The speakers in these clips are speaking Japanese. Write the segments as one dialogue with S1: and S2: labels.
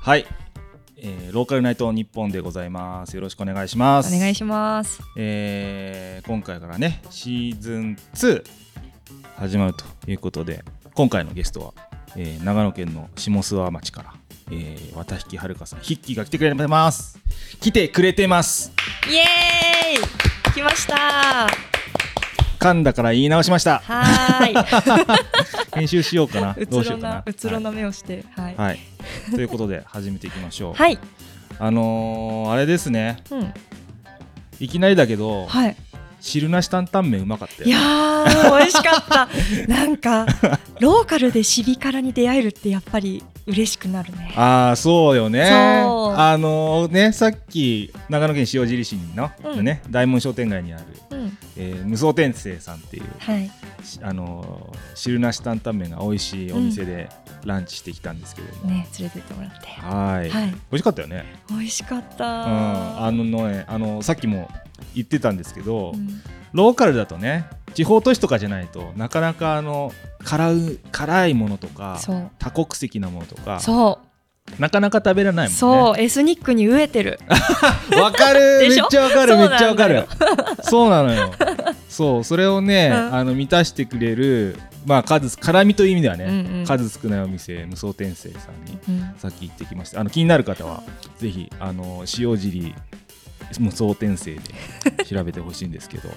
S1: はい、えーローカルナイト日本でございますよろしくお願いします
S2: お願いします。
S1: えー今回からねシーズン2始まるということで今回のゲストは、えー長野県の下諏訪町から、えー、渡引はるかさんヒッキーが来てくれてます来てくれてます
S2: イエーイ来ました
S1: 噛んだから言い直しま した
S2: は
S1: 編集しようかな
S2: ーい。う
S1: どう
S2: つ
S1: しよ
S2: ろ
S1: うかな
S2: な、うつろな目をして、はい。
S1: はい、はいということで始めていきましょう、
S2: はい。
S1: あのーあれですね
S2: うん。
S1: いきなりだけど、
S2: はい。
S1: 汁なし担々麺うまかったよ
S2: いやー、美味しかった。 なんか、ローカルでシビカラに出会えるってやっぱり嬉しくなるね。
S1: ああそうよね
S2: そう
S1: あのねさっき長野県塩尻市の、
S2: うん
S1: ね大門商店街にある、
S2: うん。
S1: えー無双天生さんっていう
S2: はい。
S1: しあのー汁なし担々麺が美味しいお店でランチしてきたんですけども、
S2: ね、連れてってもらって。
S1: はーい
S2: はい。
S1: 美味しかったよね
S2: 美味しかっ
S1: うん
S2: た。
S1: あのねあのさっきも言ってたんですけど、
S2: うん
S1: ローカルだとね地方都市とかじゃないとなかなかあの辛う辛いものとか
S2: そう。
S1: 多国籍なものとか
S2: そ。
S1: なかなか食べれないうもんね
S2: そう、エスニックに飢えてる。
S1: わかるめ
S2: で
S1: っ
S2: しょ
S1: ちゃわかる
S2: そ
S1: め
S2: う
S1: っちゃわ
S2: な
S1: か
S2: んだ
S1: る
S2: よ
S1: そうなのよそうそれをね、
S2: うん
S1: あの満たしてくれるまあ数辛みという意味ではね、
S2: うんうん
S1: 数少ないお店無双天生さんに
S2: うん。
S1: さっき行ってきましたあの気になる方はぜひあの塩尻無双天生で調べてほしいんですけ ど、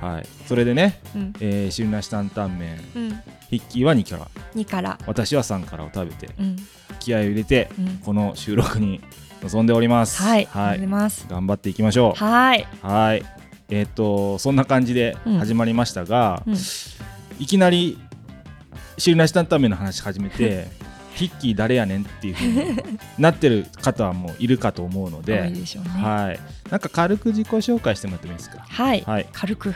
S1: はいそれでね、
S2: うん。
S1: えー、汁なし担々麺
S2: うん。
S1: ヒッキーは2から
S2: 2から。
S1: 私は3からを食べて
S2: うん。
S1: 気合を入れて、
S2: うん。
S1: この収録に臨んでおります
S2: はい。
S1: は
S2: ありがとうござ
S1: い、
S2: います。
S1: 頑張っていきましょう
S2: はい。
S1: はい。えっ、とそんな感じで
S2: うん
S1: 始まりましたが、
S2: うん。
S1: いきなり汁なし担々麺の話始め てヒッキー誰やねんっていうふうになってる方はもういるかと思うの
S2: 多い
S1: で、
S2: でしょうね。
S1: はい。なんか軽く自己紹介してもらってもいいですか。
S2: はい、
S1: はい
S2: 軽く
S1: い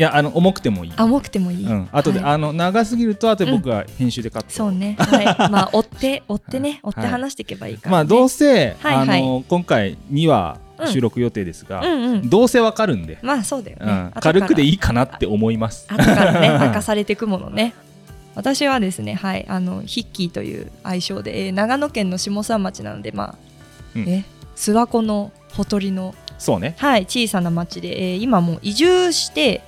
S1: やあの重くてもいい。
S2: 甘くてもいい、
S1: うん。後で、
S2: はい
S1: あの長すぎると後で僕は編集でカット。
S2: そうね、 はい、まあ追って追ってね追って
S1: はい
S2: 話していけばいいから、ね
S1: まあどう
S2: す
S1: せ、
S2: はいはい
S1: あの今回2話収録予定ですが、
S2: うんうん
S1: どうせわかるんで、
S2: まあそうだよね、
S1: うん、軽くでい
S2: い
S1: いかなって思います。
S2: 後から ね明かされてくものね私はですねはいあのヒッキーという愛称で、えー長野県の下諏訪町なのでまあ、
S1: うん
S2: え諏訪湖のほとりの
S1: そうね。
S2: はい小さな町で、えー今もう移住して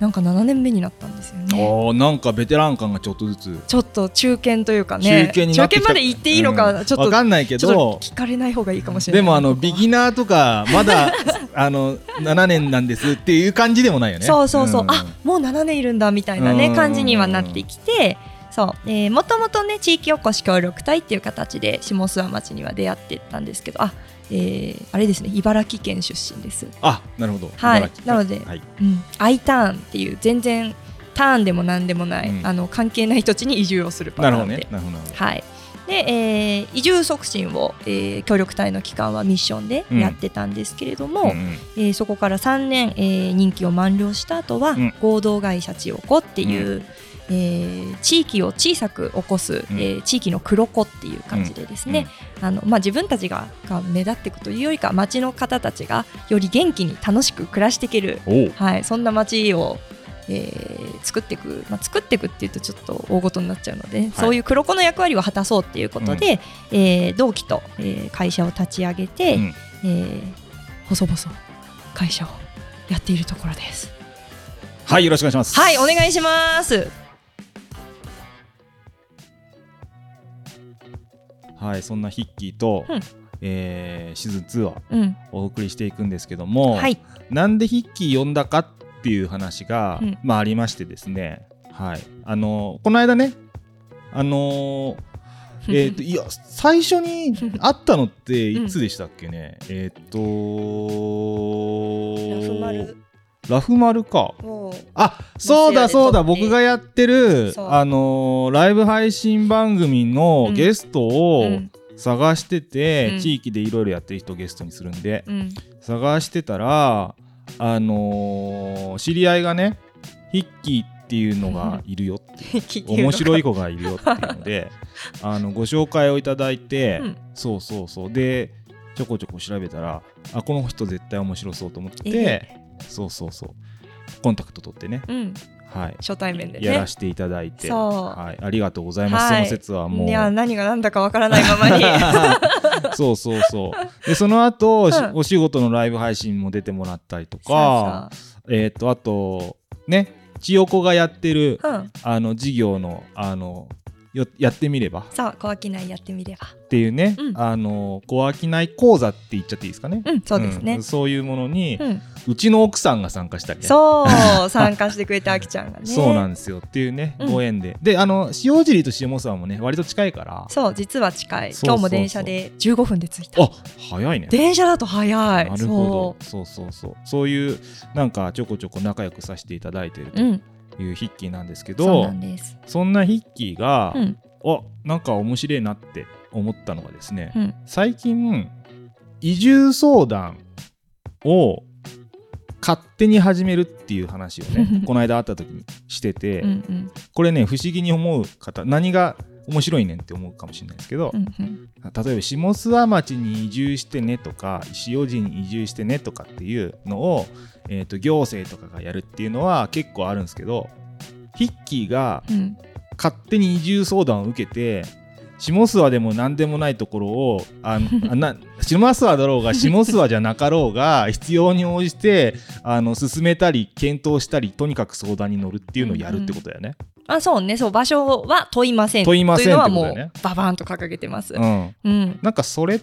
S2: なんか7年目になったんですよね
S1: おーなんかベテラン感がちょっとずつ
S2: ちょっと中堅というかね
S1: 中堅になってきた
S2: まで行っていいのか、
S1: うん
S2: ちょっ
S1: わ
S2: と
S1: かんないけ
S2: ちょっ
S1: ど
S2: と聞かれない方がいいかもしれない。
S1: でもあの
S2: ここは
S1: ビギナーとかまだ あの7年なんですっていう感じでもないよね
S2: そうそうそう、
S1: ん
S2: あもう7年いるんだみたいなね、
S1: うん
S2: 感じにはなってきてそう、えー、もともとね地域おこし協力隊っていう形で下諏訪町には出会ってったんですけどあえー、あれですね茨城県出身です、
S1: あなるほど
S2: はい
S1: 茨城
S2: なので
S1: はい
S2: うん、I ターンっていう全然ターンでも何でもない、
S1: うん
S2: あの関係ない土地に移住をするパ
S1: な
S2: タ
S1: るほ
S2: ー
S1: ど
S2: ンで
S1: ねなるほどなるほど
S2: はいでえー移住促進を、えー協力隊の機関はミッションでやってたんですけれども、
S1: うんうん
S2: えーそこから3年、えー任期を満了した後は、
S1: うん
S2: 合同会社千代子っていう、えー地域を小さく起こす、
S1: うん
S2: えー地域の黒子っていう感じでですね、あのまあ、自分たちがが目立っていくというよりか町の方たちがより元気に楽しく暮らしていける、
S1: おう
S2: はい、そんな町を、えー作っていく、まあ、作っていくっていうとちょっと大ごとになっちゃうので、そういう黒子の役割を果たそうっていうことで、えー同期と、えー会社を立ち上げて、
S1: うん
S2: えー細々会社をやっているところです。
S1: はいよろしくお願いします
S2: はい、お願いします。
S1: はいそんなヒッキーと
S2: うん
S1: えーシーズン2は
S2: うん、
S1: お送りしていくんですけども
S2: はい、
S1: なんでヒッキー呼んだかっていう話が、
S2: うん
S1: まあ、ありましてですね、はい、あのこの間ね、あ のーえー、といや最初に会ったのっていつでしたっけね、えっ、とラフマルか
S2: を
S1: あそうだそうだ
S2: ロシアで撮って
S1: 僕がやってる
S2: そう
S1: あのーライブ配信番組の
S2: うん
S1: ゲストを
S2: うん
S1: 探してて、
S2: うん
S1: 地域でいろいろやってる人をゲストにするんで、
S2: うん
S1: 探してたらあのー知り合いがねヒッキーっていうのがいるよって面白い子がいるよっていうの であのご紹介をいただいて、
S2: うん
S1: そうそうそうでちょこちょこ調べたらあこの人絶対面白そうと思って、
S2: え
S1: そうそうそうコンタクト取ってね
S2: うん
S1: はい、
S2: 初対面でね。
S1: やらせていただいて、
S2: そう
S1: はい、ありがとうございます、
S2: はい
S1: その説はもう
S2: いや何が何だかわからないままに
S1: そうそうそうでその後、し
S2: うん
S1: お仕事のライブ配信も出てもらったりとか
S2: さあさ
S1: えっ、とあとね千代子がやってる
S2: あうん
S1: あの事業のあのよやってみれば
S2: さあ小商いやってみれば
S1: っていうね、
S2: うん
S1: あの小商い講座って言っちゃっていいですかね、
S2: うんそうですね
S1: ん、そういうものに、
S2: う、
S1: うんちの奥さんが参加したりね
S2: そう参加してくれたあきちゃんが ね
S1: そうなんんですよっていうね、
S2: うん
S1: ご縁でであの塩尻と下沢もね割と近いから
S2: そう実は近い
S1: そうそうそう
S2: 今日も電車で15分で着いた
S1: あ早いね
S2: 電車だと早い
S1: なるほどそうそうそうそういうなんかちょこちょこ仲良くさせていただいている
S2: そううん
S1: というヒッキーなんですけ
S2: そう
S1: ど、
S2: なんです
S1: そんなヒッキーが、
S2: うん
S1: あなんか面白いなって思ったのがですね、
S2: うん
S1: 最近移住相談を勝手に始めるっていう話を ねこの間会った時にしてて、
S2: うんうん
S1: これね不思議に思う方何が面白いねんって思うかもしれないですけど、
S2: うんうん
S1: 例えば下諏訪町に移住してねとか塩路に移住してねとかっていうのを、えー、と行政とかがやるっていうのは結構あるんですけどヒッキーが
S2: うん
S1: 勝手に移住相談を受けて下諏訪でも何でもないところをあの あな下諏訪だろうが下諏訪じゃなかろうが必要に応じてあの進めたり検討したりとにかく相談に乗るっていうのをやるってことだよね。
S2: あそうねそう場所は問いません
S1: 問いません
S2: というのは
S1: ってこ
S2: も
S1: とだ
S2: う
S1: よね
S2: ババーンと掲げてます
S1: う。ん、
S2: うん
S1: なんかそれっ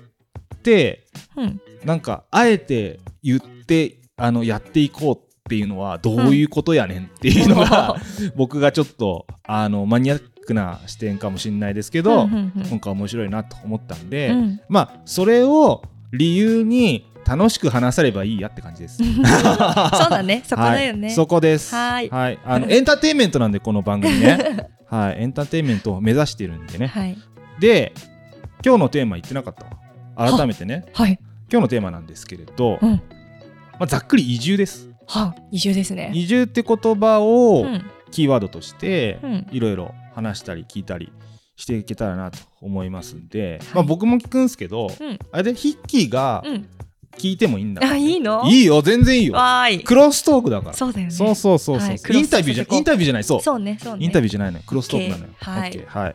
S1: て
S2: うん
S1: なんかあえて言ってあのやっていこうっていうのはどういうことやねんっていうのが、僕がちょっとあのマニアックな視点かもしれないですけど、
S2: うんうんうん
S1: 今回面白いなと思ったんで、
S2: うん
S1: まあそれを理由に楽しく話さればいいやって感じです。
S2: そうだ ね、そこだ よ
S1: はい
S2: ね。
S1: そこです。
S2: はい
S1: あのエン ターテインメントなんでこの番組 ね。はい、エンターテインメントを目指してるんでね。
S2: はい。
S1: で、今日のテーマ言ってなかったわ。改めてね。
S2: はい。
S1: 今日のテーマなんですけれど、
S2: うん
S1: まあ、ざっくり移住です
S2: は、移住ですね。
S1: 移住って言葉を
S2: うん。
S1: キーワードとして
S2: うん
S1: いろいろ話したり聞いたりしていけたらなと思いますんで、
S2: い
S1: まあ、僕も聞くんですけど、
S2: うん
S1: あれでヒッキーが
S2: うん。
S1: 聞いてもいいんだ、
S2: あ、いいの。
S1: いいよ全然いいよ
S2: わーい。
S1: クロストークだから
S2: そうだよね。
S1: そうそうそうそう、
S2: はいクロ
S1: イン
S2: スト
S1: タ
S2: ーク
S1: ビューじゃ
S2: してこう
S1: インタビューじゃないそう
S2: そうね、そうね。
S1: インタ
S2: ビ
S1: ビューじゃないのよクロストークなのよ
S2: OK はい
S1: OK はい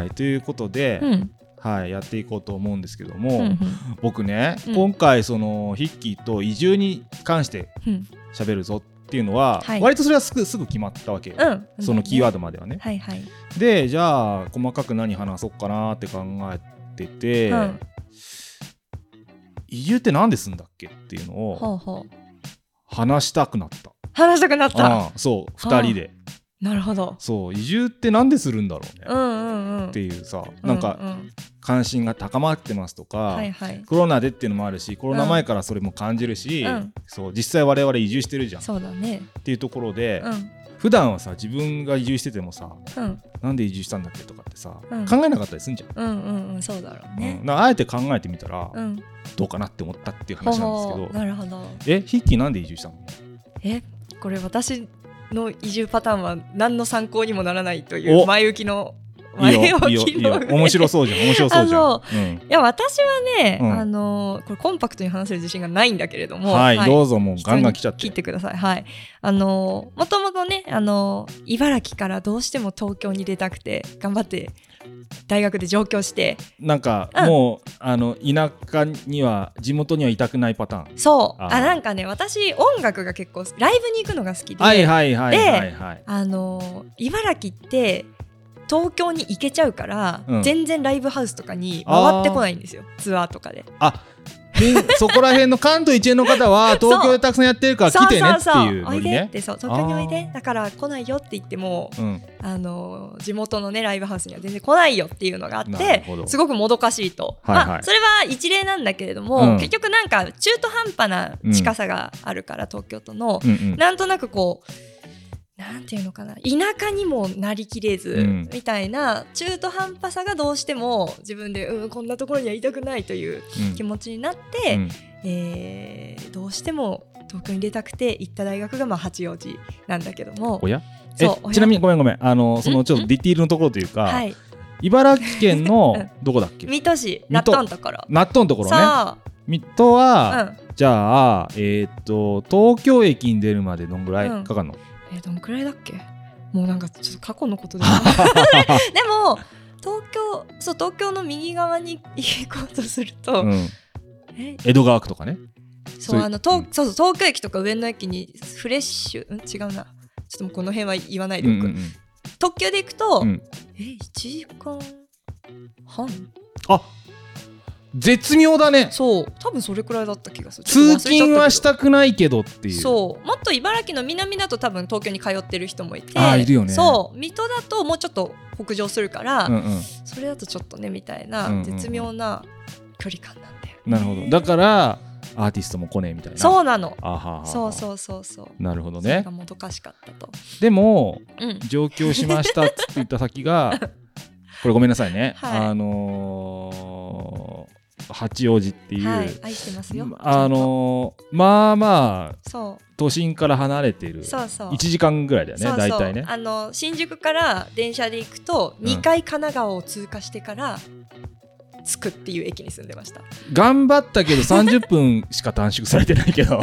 S1: はいということで、
S2: うん。
S1: はい、やっていこうと思うんですけども、
S2: うんうん
S1: 僕ね、
S2: うん
S1: 今回そのヒッキーと移住に関して
S2: うん。
S1: 喋るぞっていうのは、
S2: はい
S1: 割とそれはすぐすぐ決まったわけよ、
S2: うん。
S1: そのキーワー
S2: ド。
S1: ドまではね。
S2: はいはい。
S1: でじゃあ細かく何話そうかなって考えてて、
S2: うん
S1: 移住って何ですんだっけっていうのを
S2: ほうほう。
S1: 話したくなった。
S2: 話したくなった。
S1: ああそう
S2: はあ
S1: 2人で
S2: なるほど。
S1: そう移住って何でするんだろうね、
S2: う
S1: っ
S2: んうんうん。
S1: ていうさなん
S2: う
S1: か
S2: んうん
S1: 関心が高まってますとか、
S2: はいはい。
S1: コロナでっていうのもあるしコロナ前からそれも感じるし、
S2: うん
S1: そう実際我々移住してるじゃんっ
S2: そうだね。
S1: ていうところで、
S2: うん。
S1: 普段はさ自分が移住しててもさ
S2: うん
S1: なんで移住したんだっけとかってさ、
S2: うん
S1: 考えなかったりすんじゃん。
S2: うんうんうん。そうだろう
S1: う
S2: ね
S1: ん。なんかあえて考えてみたら、
S2: うん。
S1: どうかなって思ったっていう
S2: ほう
S1: 話なんですけ
S2: ほ
S1: ど
S2: う。なるほど。
S1: えヒッキーなんで移住したの
S2: えこれ私の移住パターンは何の参考にもならないとい
S1: お
S2: う前置きの
S1: いい
S2: 前
S1: よ
S2: 置
S1: いいよい
S2: き
S1: い
S2: の
S1: よ
S2: 上
S1: 面白そうじゃん面白そうじゃん。
S2: あ いや私はね、
S1: うん
S2: あのーこれコンパクトに話せる自信がないんだけれど
S1: うん
S2: も、
S1: はい、ど
S2: う
S1: うぞもうガンガン来ちゃって。
S2: 切ってくださいはいあのーもともとねあのー茨城からどうしても東京に出たくて頑張って大学で上京して
S1: なんか、
S2: うん
S1: もうあの田舎には地元にはいたくないパターン。
S2: そう
S1: あ
S2: あ
S1: ー
S2: なんかね私音楽が結構ライブに行くのが好きで、
S1: はいはいはいはいはい。
S2: あのー茨城って東京に行けちゃうから、
S1: うん
S2: 全然ライブハウスとかに回ってこないんですよツアーとかで
S1: あ でそこら辺の関東一円の方は東京でたくさんやってるから来てねっていう
S2: お
S1: ノ
S2: い
S1: リ
S2: でっ
S1: ね。
S2: てそう東京におい
S1: あ
S2: で
S1: ー
S2: だから来ないよって言っても
S1: うん、
S2: あのー地元のねライブハウスには全然来ないよっていうのがあっ
S1: なる
S2: て
S1: ほど
S2: すごくもどかしいと、
S1: はいはい
S2: まあ、それは一例なんだけれども、
S1: うん
S2: 結局なんか中途半端な近さがあるから、東京との、
S1: うんうん、
S2: なんとなくこうなんていうのかな田舎にもなりきれず、
S1: うん
S2: みたいな中途半端さがどうしても自分で、うん、こんなところにはいたくないという気持ちになって、
S1: うんうん
S2: えーどうしても東京に出たくて行った大学がまあ八王子なんだけども
S1: おや
S2: そうお
S1: え
S2: や
S1: ちなみにごめんごめんあのその
S2: ん
S1: ちょっとディティールのところというか、
S2: はい
S1: 茨城県 のどこだっけ
S2: 水戸市
S1: 戸
S2: ラットンところ
S1: 納豆のところね
S2: さ
S1: 水戸は、
S2: あ、うん、
S1: じゃあえーっと東京駅に出るまでどんぐらいかかるの、
S2: えーどんくらいだっけもうなんかちょっと過去のことで でも東京そう東京の右側に行こうとすると、
S1: うん、
S2: え
S1: 江戸川区とかね
S2: そ
S1: そ
S2: う
S1: う
S2: あの東
S1: うん
S2: そうそう東京駅とか上野駅にフレッシュ、ん、違うなちょっともうこの辺は言わないでおく、
S1: うんうんうん
S2: 特急で行くと、
S1: うん
S2: え1時間半
S1: あ絶妙だね
S2: そう多分それくらいだった気がする
S1: 通勤はし
S2: った
S1: くないけどって
S2: て
S1: いう
S2: そうもっと茨城の南だと多分東京に通ってる人もいて
S1: あーいるよね
S2: そう水戸だともうちょっと北上するから、
S1: うんうん、
S2: それだとちょっとねみたいな、
S1: うんうんうん
S2: 絶妙な距離感なんだよね
S1: なるほどだからアーティストも来ねえみたいな
S2: そうなの
S1: あははは
S2: そうそうそうそう
S1: なるほど
S2: それ
S1: ね
S2: がもどかしかったと
S1: でも
S2: うん
S1: 上京しましたっつって言った先が これごめんなさいね、
S2: はい
S1: あのー八王子っていう、
S2: はい愛してますよ
S1: あのーまあまあ
S2: そ
S1: 都心から離れていうる
S2: そうそう
S1: 1時間ぐらいだよね
S2: そうそう
S1: 大体ね
S2: あの新宿から電車で行くと
S1: うん
S2: 2回神奈川を通過してから着くっていう駅に住んでました、
S1: 頑張ったけど30分しか短縮されてないけど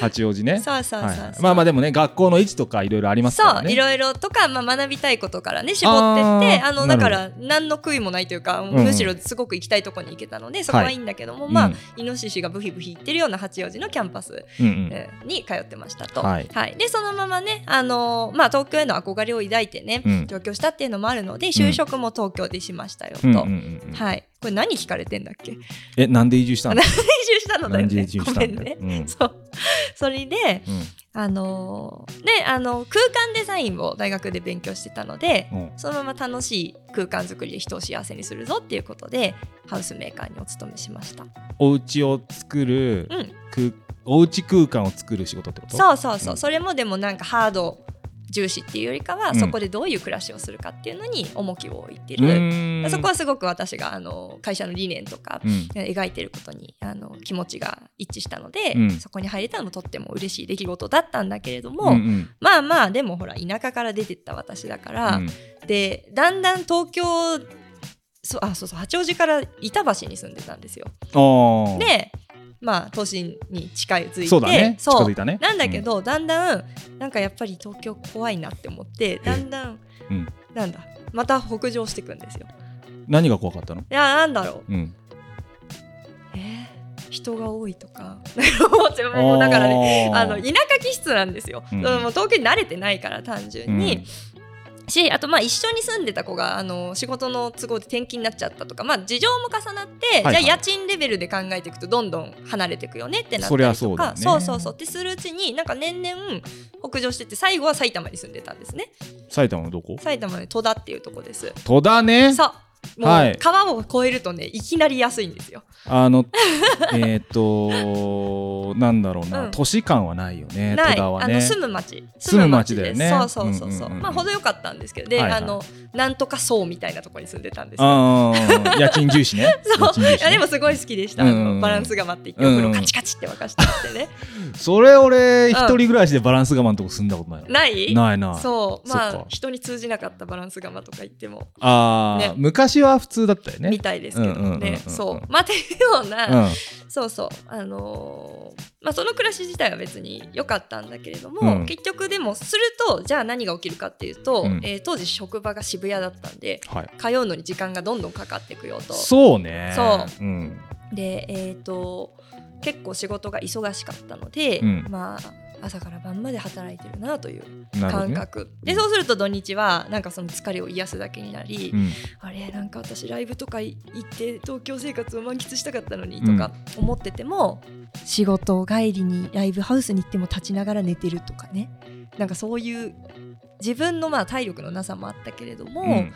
S1: 八王子ね
S2: そうそうそうそう、
S1: はいはいまあまあでもね学校の位置とかいろいろありますから
S2: そうい
S1: ね
S2: ろいろとか、まあ、学びたいことからね絞ってって
S1: あー
S2: あの
S1: な
S2: だ
S1: るほ
S2: か
S1: ど
S2: ら何の悔いもないというか、
S1: うん
S2: むしろすごく行きたいとこに行けたのでそこはいいんだけども、
S1: うん
S2: まあイノシシがブヒブヒ言ってるような八王子のキャンパス
S1: うんうん
S2: えーに通ってましたと、
S1: はい
S2: でそのままね、あのーまあ、東京への憧れを抱いてね、
S1: うん
S2: 上京したっていうのもあるので就職も東京でしましたよと、
S1: うんうんうんうん
S2: はい、これ何聞かれてんだっけ 移住
S1: えなんで移住した の
S2: したのだ
S1: な
S2: よ
S1: んで移
S2: ね
S1: 住
S2: ご
S1: した
S2: め
S1: ん
S2: ん
S1: だよ
S2: ね、
S1: うん
S2: そうそれで、
S1: うん
S2: あのーであの空間デザインを大学で勉強してたので
S1: うん
S2: そのまま楽しい空間づくりで人を幸せにするぞっていうことでハウスメーカーにお勤めしました。
S1: お家を作る
S2: うん、
S1: 空おうち空間を作る仕事ってこと
S2: そうそうそ
S1: う
S2: う、
S1: ん
S2: それもでもなんかハード重視っていうよりかは、
S1: うん
S2: そこでどういう暮らしをするかっていうのに重きを置いて
S1: う
S2: る、
S1: ーん
S2: そこはすごく私があの会社の理念とか、
S1: うん
S2: 描いてることにあの気持ちが一致したので、
S1: うん
S2: そこに入れたのもとっても嬉しい出来事だったんだけれども、
S1: うんうん
S2: まあまあでもほら田舎から出てった私だから、
S1: うん
S2: でだんだん東京そうあそうそう八王子から板橋に住んでたんですよ。
S1: ああ
S2: でまあ都心に近づいて
S1: そうだね近
S2: そう
S1: づいたね
S2: なんだけど、だんだんなんかやっぱり東京怖いなって思ってだんだん、
S1: うん
S2: なんだまた北上していくんですよ。
S1: うん何が怖かったの
S2: いやなんだろう
S1: うん
S2: えー人が多いとか もうだからね
S1: ね
S2: あの田舎気質なんですよ、
S1: うん
S2: そのもう東京に慣れてないから単純に。しあとまあ一緒に住んでた子があの仕事の都合で転勤になっちゃったとか、まあ、事情も重なって、
S1: はいはい
S2: じゃあ家賃レベルで考えていくとどんどん離れていくよねってなった
S1: そりゃ
S2: り
S1: そ
S2: と
S1: うだよ
S2: か
S1: ね
S2: そうそうそうってするうちになんか年々北上してって最後は埼玉に住んでたんですね
S1: 埼玉のどこ
S2: 埼玉の戸田っていうとこです
S1: 戸田ね
S2: そうもう、
S1: はい
S2: 川を越えるとねいきなり安いんですよ
S1: あの えーっとなんだろう
S2: う
S1: なん都市感はないよね
S2: ない、
S1: 戸田は
S2: あの
S1: ね
S2: 住む町
S1: 住む町だよね
S2: ですそうそうそうそう,、
S1: うんうんうん
S2: まあ程よかったんですけどで、
S1: はいはい
S2: あのなんとかそうみたいなとこに住んでたんですよ
S1: ああ家賃重視ね
S2: そう
S1: 家賃重視
S2: いや
S1: ね
S2: でもすごい好きでした、
S1: うん
S2: あ
S1: うんうん
S2: のバランスが待っていて、
S1: うんうん
S2: お風呂カチカチって沸かしてっ てね
S1: それ俺
S2: ん
S1: 一人暮らしでバランス我慢とこ住んだことないの
S2: ない
S1: ないない
S2: そうま
S1: そっ
S2: あ
S1: か
S2: 人に通じなかったバランス釜とか言っても、
S1: あー
S2: ね
S1: 昔は普通だったよね
S2: みたいですけ
S1: う
S2: ど
S1: んうんうんうんうん
S2: ねそうまあっていうよう
S1: う
S2: な、
S1: ん
S2: そうそうあのーまあその暮らし自体は別に良かったんだけれども、
S1: うん
S2: 結局でもするとじゃあ何が起きるかっていうと、
S1: うん
S2: えー当時職場が渋谷だったんで
S1: はい
S2: 通うのに時間がどんどんかかっていくよと
S1: そうね
S2: そ
S1: うん
S2: でえー、と結構仕事が忙しかったので、
S1: うん
S2: まあ朝から晩まで働いてるなという
S1: なるほど
S2: 感
S1: ね
S2: 覚、でそうすると土日はなんかその疲れを癒すだけになり、
S1: うん
S2: あれなんか私ライブとかい行って東京生活を満喫したかったのにとか思ってても、仕事帰りにライブハウスに行っても立ちながら寝てるとかねなんかそういう自分のまあ体力のなさもあったけれども、
S1: うん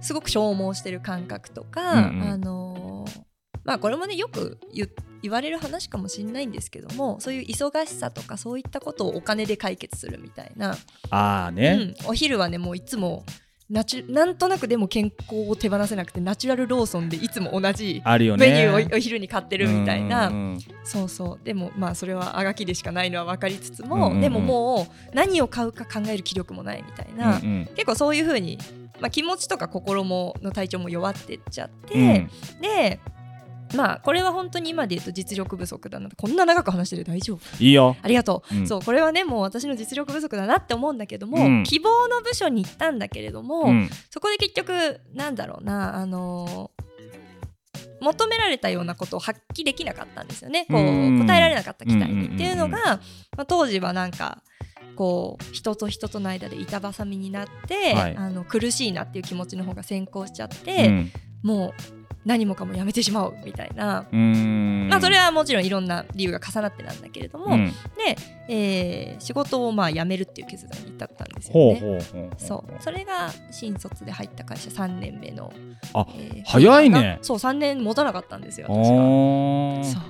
S2: すごく消耗してる感覚とか、
S1: うんうん
S2: あのーまあこれもねよく言言われる話かもしれないんですけどもそういう忙しさとかそういったことをお金で解決するみたいな、
S1: ああ
S2: う
S1: ね
S2: ん、お昼はねもういつもナチュなんとなくでも健康を手放せなくてナチュラルローソンでいつも同じ
S1: あるよね
S2: メニューを
S1: っ
S2: お昼に買ってるみたいな、
S1: うん
S2: そうそうでもまあそれはあがきでしかないのは分かりつつも、
S1: うんうんうん
S2: でももう何を買うか考える気力もないみたいな、
S1: うん
S2: 結構そういう風に、まあ、気持ちとか心もの体調も弱ってっちゃって、
S1: うん
S2: でまあこれは本当に今で言うと実力不足だなこんな長く話してる大丈夫
S1: いいよ
S2: ありがとう、
S1: うん
S2: そうこれはねもう私の実力不足だなって思うんだけども、
S1: うん
S2: 希望の部署に行ったんだけれども、
S1: うん
S2: そこで結局なんだろうなあのー求められたようなことを発揮できなかったんですよねこう
S1: うん
S2: 答えられなかった期待
S1: うんうんう
S2: に
S1: んうん
S2: っていうのが、まあ、当時はなんかこう人と人との間で板挟みになって、
S1: はい
S2: あの苦しいなっていう気持ちの方が先行しちゃっ
S1: う
S2: て、
S1: ん
S2: もう何もかもやめてしまうみたいな、
S1: うーん
S2: まあ、それはもちろんいろんな理由が重なってなんだけれども、
S1: うん
S2: で、えー仕事をまあ辞めるっていう決断に至ったんですよ
S1: ほう
S2: ね。
S1: ほうほうほう
S2: そうそれが新卒で入った会社3年目の
S1: あ
S2: えー
S1: 早いね
S2: そう3年持たなかったんですよ
S1: あ
S2: 私は
S1: ー
S2: そう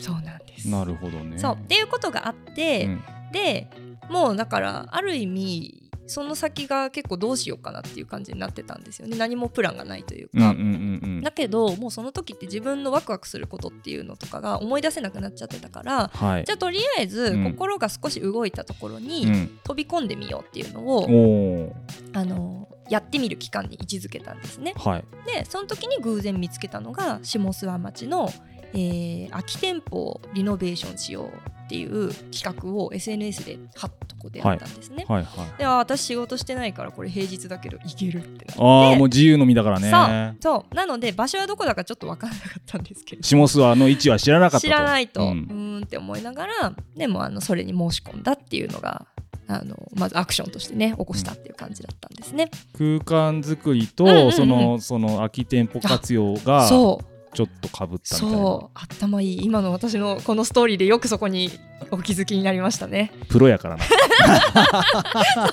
S2: そうなんです
S1: なるほどね
S2: そうっていうことがあって、
S1: うん
S2: でもうだからある意味その先が結構どうしようかなっていう感じになってたんですよね何もプランがないという
S1: うんうんう
S2: か、
S1: んうん
S2: だけどもうその時って自分のワクワクすることっていうのとかが思い出せなくなっちゃってたから
S1: はい
S2: じゃあとりあえず
S1: うん
S2: 心が少し動いたところに、
S1: うん
S2: 飛び込んでみようっていうのを、
S1: おー
S2: あのやってみる期間に位置づけたんですね。
S1: はい
S2: でその時に偶然見つけたのが下諏訪町の、えー空き店舗をリノベーションしようっていう企画を SNS ではっとこう出会ったんですね。
S1: はいはい
S2: であー私仕事してないからこれ平日だけど行けるってな
S1: ああもう自由の身だからね
S2: そうなので場所はどこだかちょっと分からなかったんですけど
S1: 下諏訪の位置は知らなかったと
S2: 知らないと、う
S1: うん
S2: ーんって思いながらでもあのそれに申し込んだっていうのがあのまずアクションとしてね起こしたっていう感じだったんですね。
S1: 空間作りと、
S2: うんうんうん
S1: そのその空き店舗活用がちょ
S2: そう
S1: っとかぶったみたいな
S2: そう頭いい今の私のこのストーリーでよくそこにお気づきになりまし たね
S1: プロやからな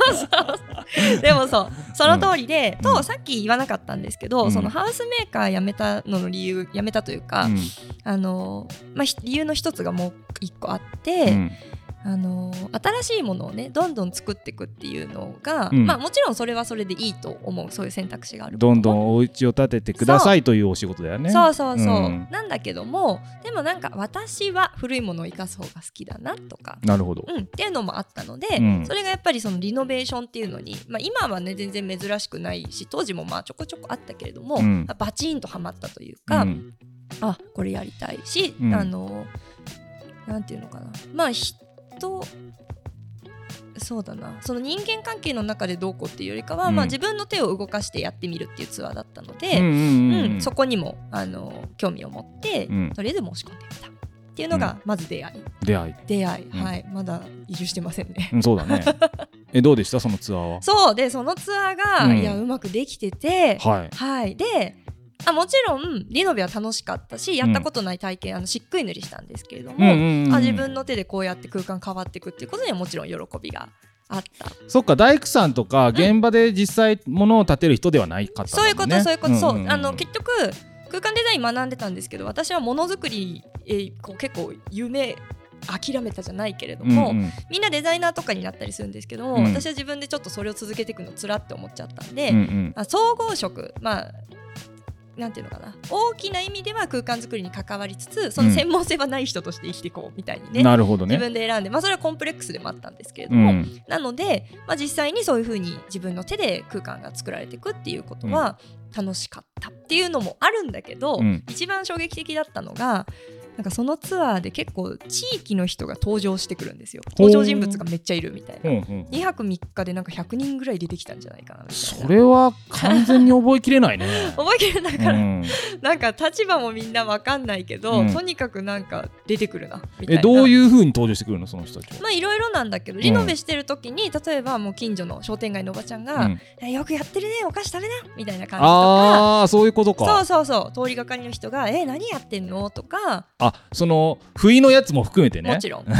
S2: でもそうその通りで、
S1: うん
S2: とさっき言わなかったんですけど、
S1: うん
S2: そのハウスメーカー辞めたのの理由辞めたというか、
S1: うん
S2: あのまあ、ひ理由の一つがもう一個あって、
S1: うん
S2: あの新しいものをねどんどん作っていくっていうのが、
S1: うん
S2: まあ、もちろんそれはそれでいいと思うそういう選択肢があること
S1: ど
S2: も
S1: んどんお家を建ててくださいというお仕事だよね
S2: そうそうそう、
S1: ん
S2: なんだけどもでもなんか私は古いものを生かす方が好きだなとか、
S1: なるほど
S2: うん、っていうのもあったので、
S1: うん
S2: それがやっぱりそのリノベーションっていうのに、まあ、今はね全然珍しくないし当時もまあちょこちょこあったけれども、
S1: うん
S2: バチンとはまったというか、
S1: うん
S2: あこれやりたいし、
S1: うん
S2: あのなんていうのかなまあ人そうだなその人間関係の中でどうこうっていうよりかは、
S1: うん
S2: まあ、自分の手を動かしてやってみるっていうツアーだったので、
S1: うんうんうん
S2: うん、そこにもあの興味を持って、
S1: うん
S2: とりあえず申し込んでみたっていうのがまず出会い、
S1: 出会い、
S2: 出会い、
S1: うん
S2: はいまだ移住してませんね
S1: うん、そうだ ねえどうでしたそのツアーは
S2: そうでそのツアーが、
S1: うん
S2: いやうまくできてては
S1: はい
S2: い、であもちろんリノベは楽しかったしやったことない体験、あのしっくい塗りしたんですけれども、
S1: ん
S2: あ自分の手でこうやって空間変わっていくっていうことにはもちろん喜びがあった
S1: そっか大工さんとか現場で実際物を建てる人ではないかったん
S2: そう
S1: だ
S2: いうこ
S1: もん
S2: と、
S1: ね
S2: そういうこと、そ
S1: んん
S2: うんあの結局空間デザイン学んでたんですけど私はものづくりえーこう結構夢諦めたじゃないけれども、
S1: うんうん
S2: みんなデザイナーとかになったりするんですけども、
S1: うん
S2: 私は自分でちょっとそれを続けていくのつらって思っちゃったんで、
S1: うんうん
S2: あ総合職まあなんていうのかな大きな意味では空間づくりに関わりつつその専門性はない人として生きていこうみたいにね、
S1: なるほどね
S2: 自分で選んで、まあ、それはコンプレックスでもあったんですけれども、
S1: うん
S2: なので、まあ、実際にそういうふうに自分の手で空間が作られていくっていうことは楽しかったっていうのもあるんだけど、
S1: うん
S2: 一番衝撃的だったのがなんかそのツアーで結構地域の人が登場してくるんですよ
S1: ほう
S2: 登場人物がめっちゃいるみたい
S1: うん
S2: な、
S1: うん
S2: 2泊3日でなんか100人ぐらい出てきたんじゃないかなみたいな
S1: それは完全に覚えきれないね
S2: 覚えきれないから、
S1: うん
S2: なんか立場もみんなわかんないけど、
S1: うん
S2: とにかくなんか出てくるなみたい
S1: え
S2: な
S1: どういう風に登場してくるのその人たちは
S2: まあいろいろなんだけどリノベしてる時に、例えばもう近所の商店街のおばちゃんが、
S1: うん
S2: えよくやってるねお菓子食べなみたいな感じとか
S1: ああそういうことか
S2: そうそうそう通りがかりの人が「え何やってんの?」とか
S1: あその不意のやつも含めてね
S2: も ちろん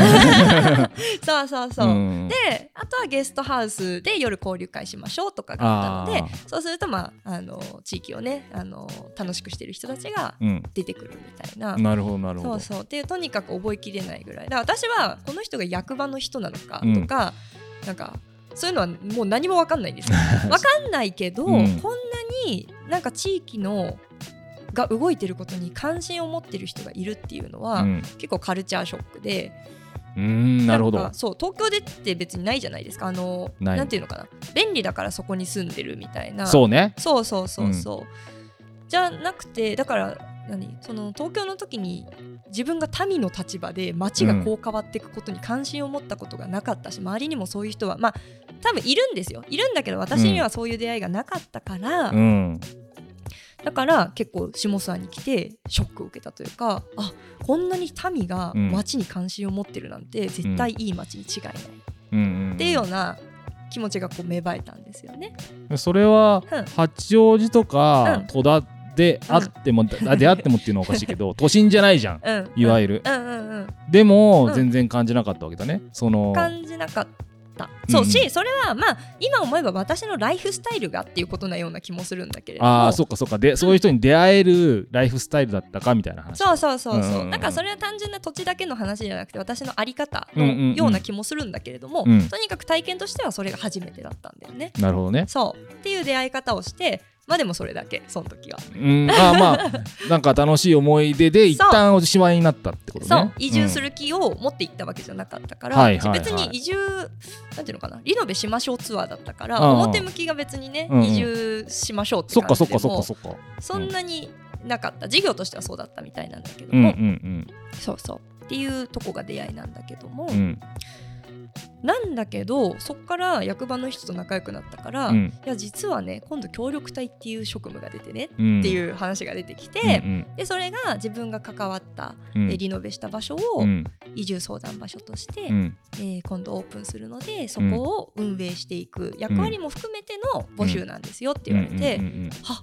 S2: そうそうそう、
S1: うん
S2: であとはゲストハウスで夜交流会しましょうとかがあったの
S1: あ
S2: でそうするとまああの地域をねあの楽しくしてる人たちが
S1: うん
S2: 出てくるみたいな。
S1: なるほどなるほ
S2: そ
S1: ど
S2: うそうっていうとにかく覚えきれないぐらいだから私はこの人が役場の人なのかとか、なんかそういうのはもう何も分かんないんで すよ分かんないけど、
S1: うん
S2: こんなになんか地域のが動いてることに関心を持ってる人がいるっていうのは、
S1: うん
S2: 結構カルチャーショックで
S1: うーんなるほど
S2: んかそう東京でって別にないじゃないですかあの
S1: ない
S2: なんていうのかな便利だからそこに住んでるみたいな
S1: そうね
S2: そうそうそうそう、じゃなくてだから何その東京の時に自分が民の立場で町がこう変わっていくことに関心を持ったことがなかったし、周りにもそういう人はまあ多分いるんですよいるんだけど私にはそういう出会いがなかったから、
S1: うん
S2: だから結構下諏訪に来てショックを受けたというかあこんなに民が町に関心を持ってるなんて絶対いい町に違いない、
S1: うんうん
S2: っていうような気持ちがこう芽生えたんですよね。
S1: それは
S2: うん
S1: 八王子とか
S2: うん
S1: 戸田であっても、あ出会ってもっていうのはおかしいけ ど都心じゃないじゃん
S2: うん、
S1: いわゆる、
S2: うんうんうん、
S1: でも
S2: うん
S1: 全然感じなかったわけだねその
S2: 感じなかったそう
S1: うん
S2: し、それはまあ今思えば私のライフスタイルがっていうことなような気もするんだけれども
S1: ああそっかそっかでそういう人に出会えるライフスタイルだったかみたいな話
S2: そうそうそう
S1: うんうん
S2: そううんなんかそれは単純な土地だけの話じゃなくて私の在り方
S1: うんうんうん
S2: のような気もするんだけれども、
S1: うん
S2: とにかく体験としてはそれが初めてだったんだよね。
S1: なるほどね
S2: そうっていう出会い方をしてまあでもそれだけその時は。
S1: うんあーまあなんか楽しい思い出で一旦おしまいになったってことね
S2: そう移住
S1: ん
S2: する気を持って行ったわけじゃなかったから、
S1: はいはいはい
S2: 別に移住なんていうのかなリノベしましょうツアーだったから
S1: うんうん
S2: 表向きが別にね、
S1: うんうん
S2: 移住しましょうって
S1: そっ
S2: 感
S1: かそ
S2: じ
S1: っ
S2: でも
S1: かそっかそっか
S2: そんなになかった事業としてはそうだったみたいなんだけど
S1: うんう
S2: も、
S1: ん
S2: そうそうっていうとこが出会いなんだけども、
S1: うんうん
S2: なんだけどそっから役場の人と仲良くなったから、
S1: う
S2: い
S1: ん
S2: や実はね今度協力隊っていう職務が出てね
S1: うん
S2: っていうう話が出てきて、
S1: ん
S2: でそれが自分が関わった、
S1: うんうん
S2: えリノベした場所を
S1: うん
S2: 移住相談場所として、
S1: うん
S2: えー今度オープンするのでそこを運営していく役割も含めての募集なんですよって言われて、
S1: うんうんうん
S2: は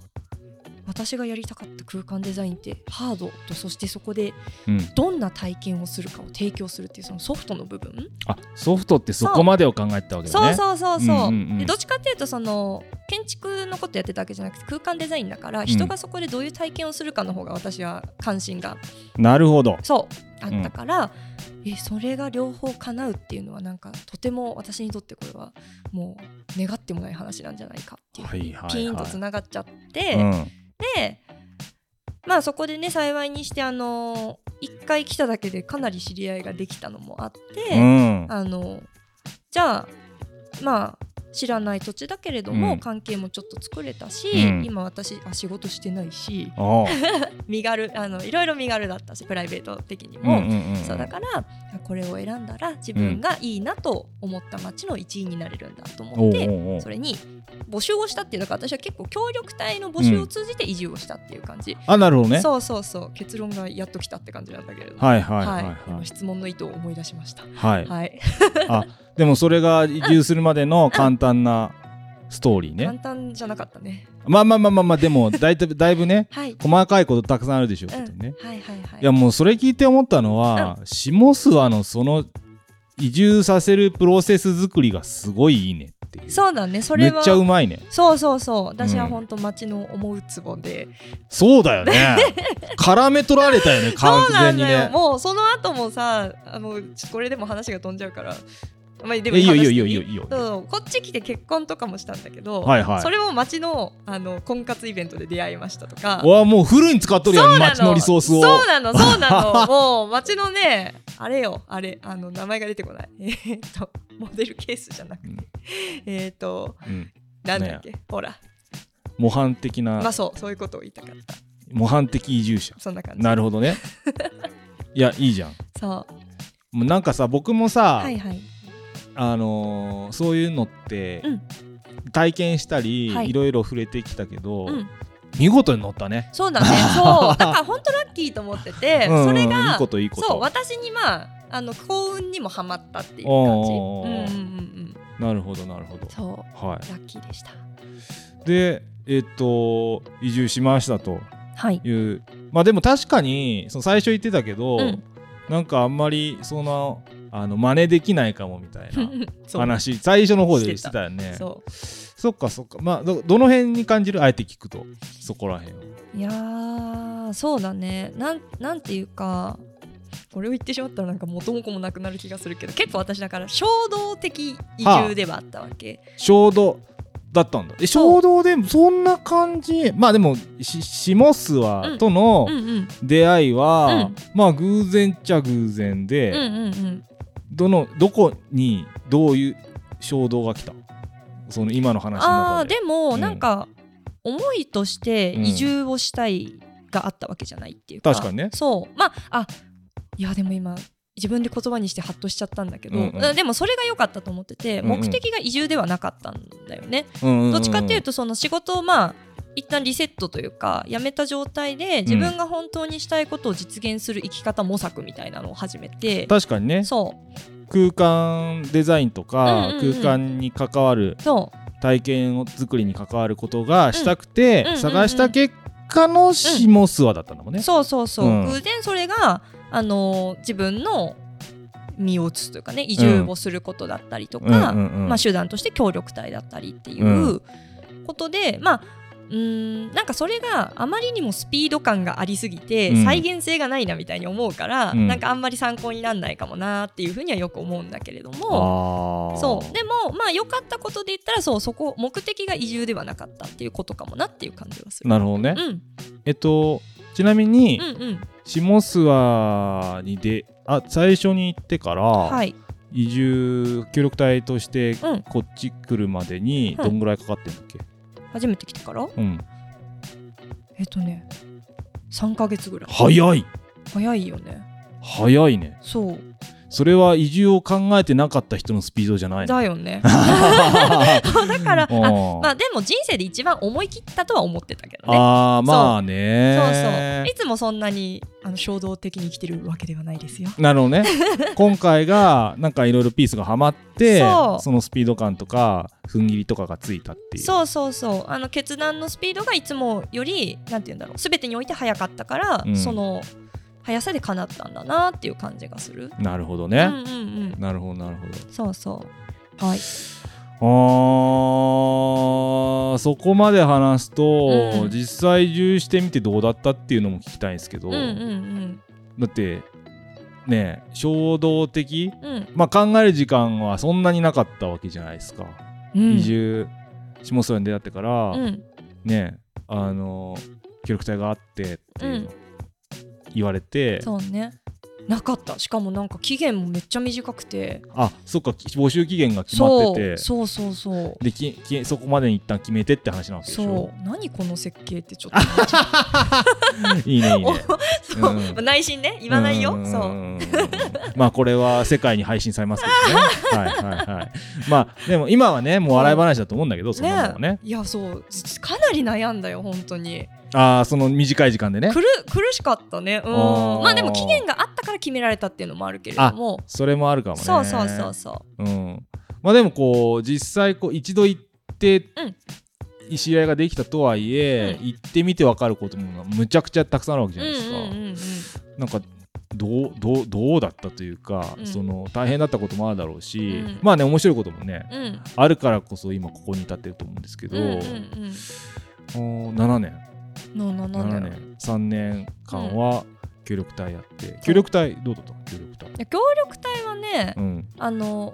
S2: 私がやりたかった空間デザインってハードとそしてそこで
S1: うん
S2: どんな体験をするかを提供するっていうそのソフトの部分、
S1: あソフトってそこまでを考えてたわけだ
S2: そう
S1: ね
S2: そうそうそう,、
S1: うんうんうん
S2: でどっちかっていうとその建築のことやってたわけじゃなくて空間デザインだから人がそこでどういう体験をするかの方が私は関心が
S1: なるほど
S2: そうあったから、えそれが両方叶うっていうのはなんかとても私にとってこれはもう願ってもない話なんじゃないかっていう、
S1: はいはいはい
S2: ピーンとつながっちゃって、
S1: うん
S2: でまあそこでね幸いにしてあの1回来ただけでかなり知り合いができたのもあって、
S1: うん
S2: あのじゃあまあ知らない土地だけれども、
S1: うん
S2: 関係もちょっと作れたし、
S1: うん
S2: 今私あ仕事してないし
S1: ああ
S2: 身軽あのいろいろ身軽だったしプライベート的に
S1: うん
S2: も、
S1: うんうんうん
S2: そうだからあこれを選んだら自分がいいなと思った町の1位になれるんだと
S1: お
S2: 思っ
S1: う
S2: て、
S1: おうおう
S2: それに募集をしたっていうのが私は結構協力隊の募集を通じて移住をしたっていう感じ、
S1: あなるほどね
S2: そうそうそう結論がやっと来たって感じなんだけれども
S1: はいはいは
S2: はいい
S1: は
S2: 今
S1: い
S2: 質問の意図を思い出しました
S1: はい
S2: はい
S1: でもそれが移住するまでの簡単なストーリー
S2: 簡
S1: ね
S2: 単じゃなかったね
S1: まあまあまあまあまあでもだいたいだいぶ ね
S2: はい、
S1: 細かいことたくさんあるでしょう
S2: う
S1: け
S2: ん、
S1: どね
S2: はいはいはい
S1: いやもうそれ聞いて思ったのは下諏訪のその移住させるプロセス作りがすごいいいねっていう
S2: そうだねそ
S1: め
S2: れ
S1: っ
S2: は
S1: ちゃうまいね
S2: そうそうそう私は本当町の思うツボで、
S1: そうだよ ね絡め取られたよね完
S2: そうな
S1: 全
S2: ん
S1: に
S2: だよ、
S1: ね
S2: もうその後もさあのちょこれでも話が飛んじゃうからまあでも
S1: いいよ
S2: 話
S1: いい
S2: し
S1: よ
S2: て
S1: いいよいいよいいよ
S2: そうこっち来て結婚とかもしたんだけど、
S1: はいはい
S2: それも町のあの婚活イベントで出会いましたとか
S1: うわもうフルに使っとるやん街のリソースを
S2: そうな のそうなのもう町のねあれよあれあの名前が出てこない えーっとモデルケースじゃなくて、
S1: うん
S2: えーっと
S1: うん
S2: なんだっけ、ほら
S1: 模範的な、
S2: まあそうそういうことを言いたかった
S1: 模範的移住者
S2: そんな感じ
S1: なるほど ねいやいいじゃん
S2: そう
S1: もうなんかさ僕もさ、
S2: はいはい
S1: あのーそういうのって、
S2: うん
S1: 体験したり、
S2: はい
S1: い、ろいろ触れてきたけど、
S2: うん
S1: 見事に乗ったね、
S2: そうだ ねそうだから本当ラッキーと思ってて、
S1: うん
S2: それが
S1: いいこといいこと
S2: そう私にまああの幸運にもハマったっていう
S1: おー
S2: 感じ。うんうんうんうん。
S1: なるほどなるほど
S2: そ
S1: は
S2: うラッキーでした。
S1: いでえっと移住しましたと
S2: はい。
S1: いうまあでも確かにその最初言ってたけど、
S2: うん
S1: なんかあんまりそのあの真似できないかもみたいな
S2: そう
S1: 話最初の方でしてたよね
S2: そう
S1: そっかそっかまあどどの辺に感じるあえて聞くとそこら辺を
S2: いやーそうだねなんなんていうかこれを言ってしまったらなんか元も子もなくなる気がするけど結構私だから衝動的移住ではあったわけ、
S1: 衝動だったんだえ
S2: そ
S1: 衝
S2: う
S1: 動でそんな感じまあでもし下諏訪との
S2: うんうん
S1: 出会いは、
S2: うん
S1: まあ偶然っちゃ偶然で、
S2: うんうんうん
S1: どのどこにどういう衝動が来たその今の話の中
S2: あー
S1: で
S2: でも
S1: うん
S2: なんか思いとして移住をしたいがあったわけじゃないっていうか
S1: 確かにね
S2: そうまああいやでも今自分で言葉にしてハッとしちゃったんだけど、
S1: うんうん
S2: でもそれが良かったと思ってて
S1: うんうん
S2: 目的が移住ではなかったんだよね、
S1: ど
S2: どっちかっていうとその仕事をまあ一旦リセットというかやめた状態で自分が本当にしたいことを実現する生き方模索みたいなのを始めて、
S1: 確かにね
S2: そう
S1: 空間デザインとか、
S2: うんうんうん
S1: 空間に関わる
S2: そ
S1: 体験を作りに関わることがしたくて、
S2: うんうんうん
S1: 探した結果のシモスワだったんだもん
S2: う
S1: ね。
S2: そうそうそう、
S1: うん
S2: 偶然それがあの自分の身を移すというかね移住をすることだったりとか、
S1: うんうんうん
S2: まあ、手段として協力隊だったりっていううことで、まあうーんなんかそれがあまりにもスピード感がありすぎて、
S1: うん
S2: 再現性がないなみたいに思うから、
S1: うん
S2: なんかあんまり参考にならないかもなっていうふうにはよく思うんだけれども。
S1: あー
S2: そうでもまあ良かったことで言ったらそうそこ目的が移住ではなかったっていうことかもなっていう感じはする。
S1: なるほどね。
S2: うん
S1: えっとちなみに、
S2: うんうん
S1: 下諏訪にであ最初に行ってから、
S2: はい
S1: 移住協力隊として
S2: うん
S1: こっち来るまでに
S2: うん
S1: どんぐらいかかってんだっけ、
S2: 初めて来てから
S1: うん、
S2: えっとね3ヶ月ぐらい
S1: 早い
S2: 早いよね
S1: 早いね
S2: そう
S1: それは移住を考えてなかった人のスピードじゃないの
S2: だよ ね
S1: あ
S2: だからあ
S1: ー
S2: まあでも人生で一番思い切ったとは思ってたけどね。
S1: あー
S2: そう
S1: まあ
S2: そうそう
S1: ね
S2: いつもそんなにあの衝動的に生きてるわけではないですよ。
S1: なるほど ね今回がなんかいろいろピースがはまって
S2: そ
S1: そうのスピード感とか踏ん切りとかがついたっていう
S2: そうそうそうあの決断のスピードがいつもよりなんて言うんだろう全てにおいて早かったから、
S1: うん
S2: その速さで叶ったんだなっていう感じがする。
S1: なるほど
S2: うんう
S1: ね、
S2: んうん
S1: なるほどなるほど
S2: そうそうはい
S1: あーそこまで話すと、
S2: うん
S1: 実際移住してみてどうだったっていうのも聞きたいんですけど、
S2: うんうん
S1: だってねえ衝動的、
S2: うんうん
S1: まあ、考える時間はそんなになかったわけじゃないですか、
S2: うん
S1: 移住下諏訪に出会ってから、
S2: うん
S1: ねえあの協力隊があってっていうの言われて、
S2: そうねなかったしかもなんか期限もめっちゃ短くて
S1: あそっか募集期限が決まってて
S2: そうそうそうそう
S1: でききそこまでに一旦決めてって話なんです
S2: そ
S1: よ
S2: う何この設計ってちょっと思っちゃう
S1: いいねいいね。
S2: そう、
S1: うん
S2: まあ内心ね言わないよ、
S1: んんんん
S2: そう。
S1: まあこれは世界に配信されますけ どね。はいはいはい。まあでも今はねもう笑い話だと思うんだけどそんなのもね。
S2: いやそうずかなり悩んだよ本当に
S1: ああその短い時間でね
S2: 苦。苦しかったねうん
S1: あー
S2: まあでも期限があったから決められたっていうのもあるけれども
S1: それもあるかもね。。
S2: そうそうそうそう
S1: ん。まあでもこう実際こう一度行って
S2: うん。
S1: 知り合いができたとはいえ、
S2: うん
S1: 行ってみて分かることもむちゃくちゃたくさんあるわけ
S2: う
S1: じ
S2: う
S1: ゃ
S2: んう
S1: なんいですか、
S2: うんうん
S1: なんかどうどうどうだったというか、
S2: うん
S1: その大変だったこともあるだろうし、
S2: うん
S1: まあね面白いこともね
S2: うん
S1: あるからこそ今ここに立ってると思うんですけど、
S2: うんうん
S1: おー7年
S2: うんななんだ
S1: 7
S2: ろう
S1: 年3年間は協力隊やって、協力隊どうだった協力隊
S2: いや協力隊はね、
S1: うん
S2: あの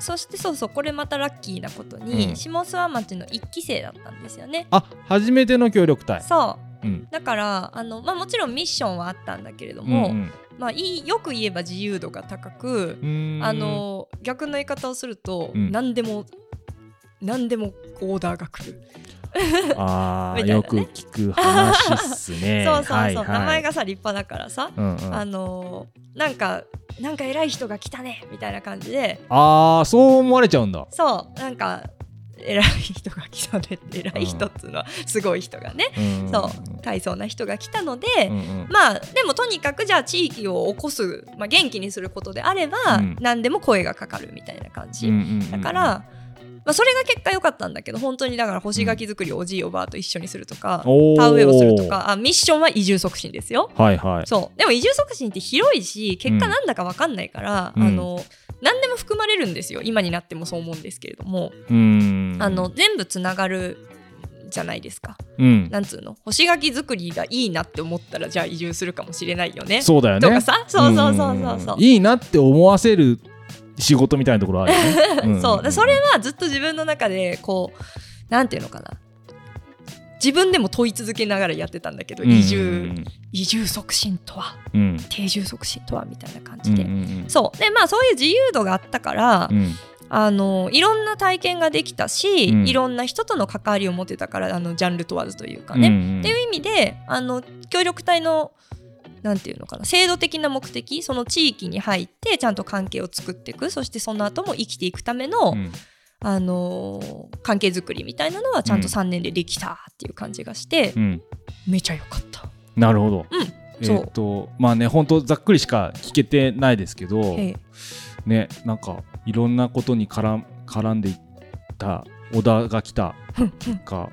S2: そしてそうそうこれまたラッキーなことに、
S1: うん
S2: 下諏訪町の1期生だったんですよね
S1: あ初めての協力隊
S2: そううんだからあの、まあ、もちろんミッションはあったんだけれど
S1: うん
S2: も、
S1: うん
S2: まあ、いいよく言えば自由度が高く
S1: う、ーん
S2: あの逆の言い方をすると、
S1: うん
S2: 何でも何でもオーダーが来る、
S1: あー
S2: みたいなね
S1: よく聞く話っす ね
S2: そうそうそう、
S1: はいはい
S2: 名前がさ立派だからさ、
S1: うんうん
S2: あのなんかなんか偉い人が来たねみたいな感じで
S1: あーそう思われちゃうんだ、
S2: そうなんか偉い人が来たねって偉い人っつうのはすごい人がね、
S1: うん
S2: そう大層な人が来たので、
S1: うんうん
S2: まあでもとにかくじゃあ地域を起こす、まあ、元気にすることであれば、
S1: うん
S2: 何でも声がかかるみたいな感じ、
S1: うんうんうんうん
S2: だから、まあ、それが結果良かったんだけど本当にだから干し柿作りをおじいおばあと一緒にするとか、
S1: おー
S2: 田植えをするとかあミッションは移住促進ですよ。
S1: はいはい
S2: そうでも移住促進って広いし結果なんだか分かんないから、
S1: うん
S2: あの何でも含まれるんですよ今になってもそう思うんですけれども、
S1: うーん
S2: あの全部つながるじゃないですか
S1: うん
S2: なんつうの干し柿作りがいいなって思ったらじゃあ移住するかもしれないよね。
S1: そうだよ
S2: とか
S1: ね
S2: さそうそうそうそうそう。
S1: んいいなって思わせる仕事みたいなところあるよ ねんんん
S2: そうでそれはずっと自分の中でこうなんていうのかな自分でも問い続けながらやってたんだけど、移住移住促進とは
S1: うんうん
S2: 定住促進とはみたいな感
S1: うんう
S2: じで、
S1: ん
S2: そうでまあそういう自由度があったから、
S1: うんうん
S2: あのいろんな体験ができたし、
S1: うん
S2: いろんな人との関わりを持てたからあのジャンル問わずというか
S1: う
S2: ね、
S1: んうん
S2: っていう意味であの協協力隊のなんていうのかな制度的な目的その地域に入ってちゃんと関係を作っていくそしてその後も生きていくための、
S1: うん
S2: あのー関係づくりみたいなのはちゃんと3年でできたっていう感じがして、
S1: うん、
S2: めちゃ良かった。
S1: なるほど。
S2: うん
S1: え
S2: そう
S1: ーっとまあね本当ざっくりしか聞けてないですけど、
S2: ええ
S1: ねなんかいろんなことに絡ん絡んでいった小田が来たか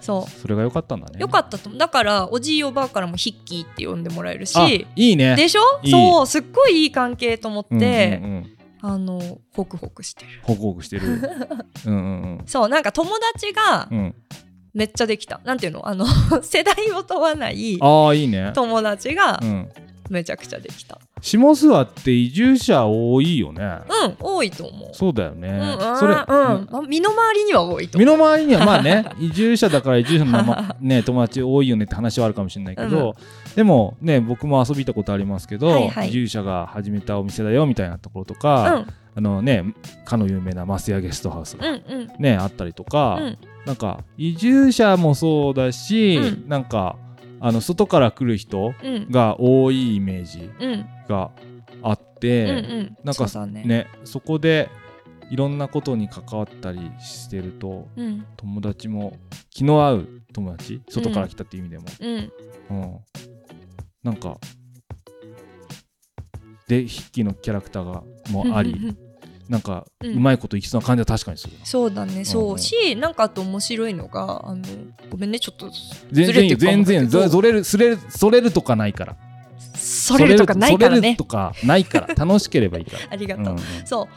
S2: そ
S1: それが良かったんだね。
S2: う良かったと思うだからおじいおばあからもヒッキーって呼んでもらえる
S1: あ
S2: し
S1: いいね。
S2: でしょ
S1: いい
S2: そうすっごいいい関係と思っ
S1: うん
S2: て、
S1: うんうん、
S2: あのホクホクしてる
S1: ホクホク してる。うんうん
S2: そうなんか友達が
S1: うん。うん、
S2: めっちゃできた、なんていうのあの 世代を問わない
S1: ああいいね。
S2: 友達が
S1: うん、
S2: めちゃくちゃできた
S1: 下諏訪って移住者多いよね。
S2: うん、多いと思う
S1: そうだよね。
S2: うんあー
S1: それ、
S2: うんあ身の回りには多いと
S1: 身
S2: 思う
S1: の回りにはまあ ね移住者だから移住者の名前、ね、友達多いよねって話はあるかもしれないけど、でもね僕も遊びに行ったことありますけど、
S2: はいはい
S1: 移住者が始めたお店だよみたいなところとか、あのねかの有名なマスヤゲストハウス
S2: う
S1: が、
S2: んうんうん
S1: ねあったりとか、
S2: うん
S1: なんか移住者もそうだし、
S2: う
S1: なんかあの外から来る人
S2: うん
S1: が多いイメージ
S2: うん
S1: があっ
S2: うんう
S1: て、
S2: ん
S1: なんか
S2: そうだね
S1: ねそこでいろんなことに関わったりしてると
S2: うん
S1: 友達も気の合う友達外から来たっていう意味でも、
S2: うん
S1: うんなんかで筆記のキャラクターがも あ
S2: うんう
S1: り
S2: ん
S1: なんか
S2: う
S1: うんまいこといきそうな感じは確かにするな、
S2: そうだねそう、
S1: うん
S2: しなんかあと面白いのがあのごめんねちょっと
S1: 全
S2: ずれて
S1: 然
S2: るか
S1: 全
S2: も
S1: 然
S2: だけど
S1: ずずれるすれるそれるとかないから
S2: それるとかないから
S1: それる
S2: ね
S1: とかないから 楽しければいいから
S2: ありがとう、
S1: うん
S2: そう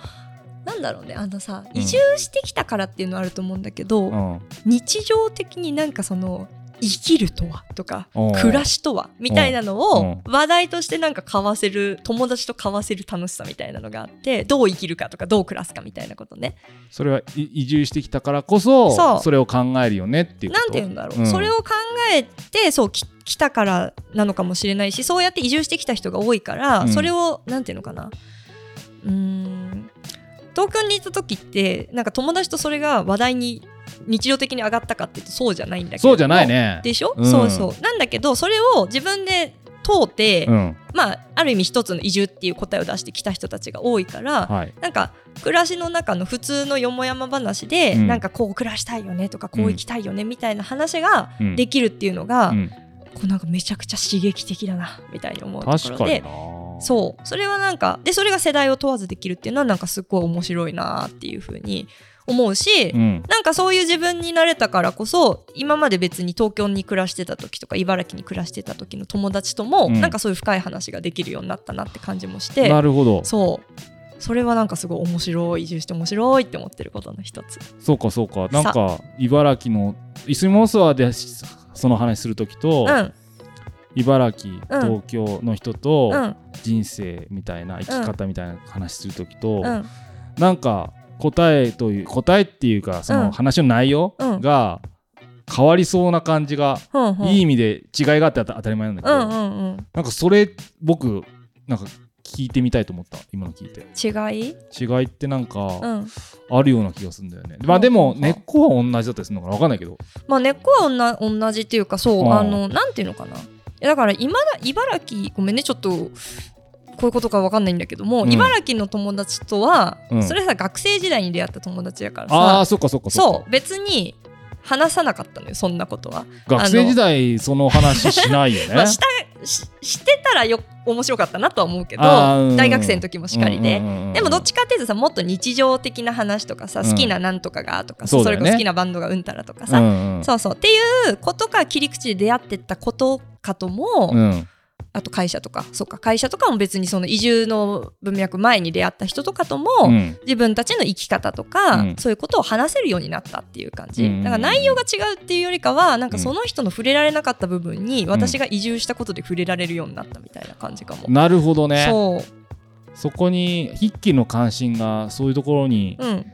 S2: なんだろうねあのさ
S1: うん
S2: 移住してきたからっていうのはあると思うんだけど、
S1: うんうん
S2: 日常的になんかその生きるとはとか
S1: おー
S2: 暮らしとはみたいなのを
S1: う
S2: 話題としてなんか交わせる友達と交わせる楽しさみたいなのがあってどう生きるかとかどう暮らすかみたいなことね
S1: それはい移住してきたからこそ
S2: そう
S1: れを考えるよねっていうこ
S2: なん
S1: と
S2: て言うんだろう、
S1: うん
S2: それを考えてそうき来たからなのかもしれないしそうやって移住してきた人が多いから、
S1: うん
S2: それをなんていうのかなうーん東京にいた時ってなんか友達とそれが話題に日常的に上がったかっていうとそうじゃないんだけど
S1: そうじゃないね
S2: でしょ、
S1: うん
S2: そうそうなんだけどそれを自分で通って、
S1: うん
S2: まあある意味一つの移住っていう答えを出してきた人たちが多いから、
S1: はい
S2: なんか暮らしの中の普通のよもやま話で、
S1: うん
S2: なんかこう暮らしたいよねとかこう行きたいよねみたいな話が
S1: うん
S2: できるっていうのが、
S1: うん
S2: こうなんかめちゃくちゃ刺激的だなみたいに思うとこ
S1: 確
S2: ろ
S1: かに
S2: で
S1: な
S2: そうそれはなんかでそれが世代を問わずできるっていうのはなんかすごい面白いなっていうふうに思うし、
S1: うん
S2: なんかそういう自分になれたからこそ今まで別に東京に暮らしてた時とか茨城に暮らしてた時の友達とも、
S1: うん
S2: なんかそういう深い話ができるようになったなって感じもして
S1: なるほど
S2: そうそれはなんかすごい面白い移住して面白いって思ってることの一つ
S1: そうかそうかなんか茨城のいすみモスワでしその話する時と、
S2: うん
S1: 茨城東京の人と、
S2: うん
S1: 人生みたいな生き方みたいな話する時と、
S2: うん
S1: なんか答えという答えっていうかそうの
S2: ん
S1: 話の内容
S2: うん
S1: が変わりそうな感じが、
S2: うんうん
S1: いい意味で違いがあって当た当たり前なんだけ
S2: う
S1: ど、
S2: んうんうん
S1: なんかそれ僕なんか聞いてみたいと思った今の聞いて
S2: 違い
S1: 違いってなんか、
S2: うん
S1: あるような気がするんだよね。まあでも根っこは同じだったりするのかな分かんないけど。
S2: まあ根っこはおんな同じっていうかそううんあのなんていうのかないやだから今だ茨城ごめんねちょっとこういうことかわかんないんだけども、
S1: うん
S2: 茨城の友達とは、
S1: うん
S2: それさ学生時代に出会った友達だから
S1: ああ
S2: さ
S1: ー、そっかそっか
S2: そ
S1: っ
S2: う別に話さなかったのよそんなことは、
S1: か。学生時代その話しないよね。
S2: まあ、したししてたらよ面白かったなとは思うけど
S1: あーうん
S2: 大学生の時もしっかりで、
S1: うんうんうんうん
S2: でもどっちかっていうとさもっと日常的な話とかさ、
S1: うん
S2: 好きななんとかがとかさ
S1: そう
S2: そ
S1: だ
S2: れ
S1: よ
S2: こ
S1: ね
S2: そ好きなバンドがうんたらとかさ、
S1: うんうん
S2: そうそうっていうことか切り口で出会ってったことかとも、
S1: うん
S2: あと会社とかそうか会社とかも別にその移住の文脈前に出会った人とかとも、
S1: うん
S2: 自分たちの生き方とか、
S1: うん
S2: そういうことを話せるようになったっていう感じ、
S1: うん
S2: だから内容が違うっていうよりかはなんかその人の触れられなかった部分に私が移住したことで触れられるようになったみたいな感じかも、
S1: なるほどね。
S2: そ
S1: そこに筆記の関心がそういうところに
S2: ううん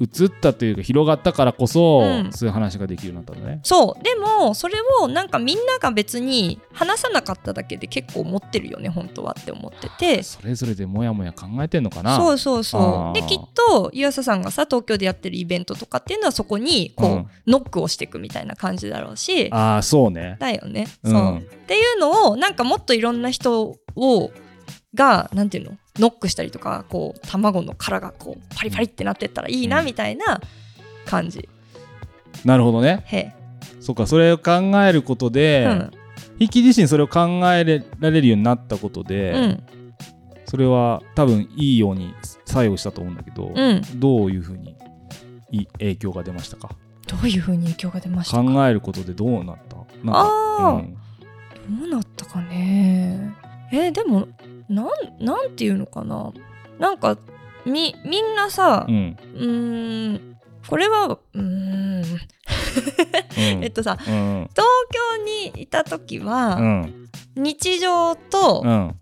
S1: 移ったというか広がったからこそ、
S2: うん
S1: そういう話ができるようになったんだね。
S2: そうでもそれをなんかみんなが別に話さなかっただけで結構持ってるよね本当はって思ってて
S1: それぞれでもやもや考えてんのかな
S2: そうそうそ
S1: あー
S2: うできっと湯浅さんがさ東京でやってるイベントとかっていうのはそこにこう、
S1: うん
S2: ノックをしていくみたいな感じだろうし
S1: ああそうね。
S2: だよね、
S1: うん
S2: そうっていうのをなんかもっといろんな人をがなんていうのノックしたりとかこう卵の殻がこうパリパリってなってったらいいな
S1: うん
S2: みたいな感じ、
S1: なるほどね。
S2: へ
S1: そうかそれを考えること
S2: え、
S1: で、ヒキ自身それを考えられるようになったことで、
S2: うんうん
S1: それは多分いいように作用したと思うんだけど、
S2: うん
S1: どういうふうにい影響が出ましたか
S2: どういう風に影響が出ましたか
S1: 考えることでどうなったなんか
S2: あ
S1: う
S2: ー
S1: ん
S2: どうなったかねえーでもなんなんていうのかななんかみみんなさ
S1: う
S2: うんーんこれはうーん
S1: うん
S2: えっとさ
S1: うん
S2: 東京にいた時
S1: う
S2: は、
S1: ん
S2: 日常と
S1: うん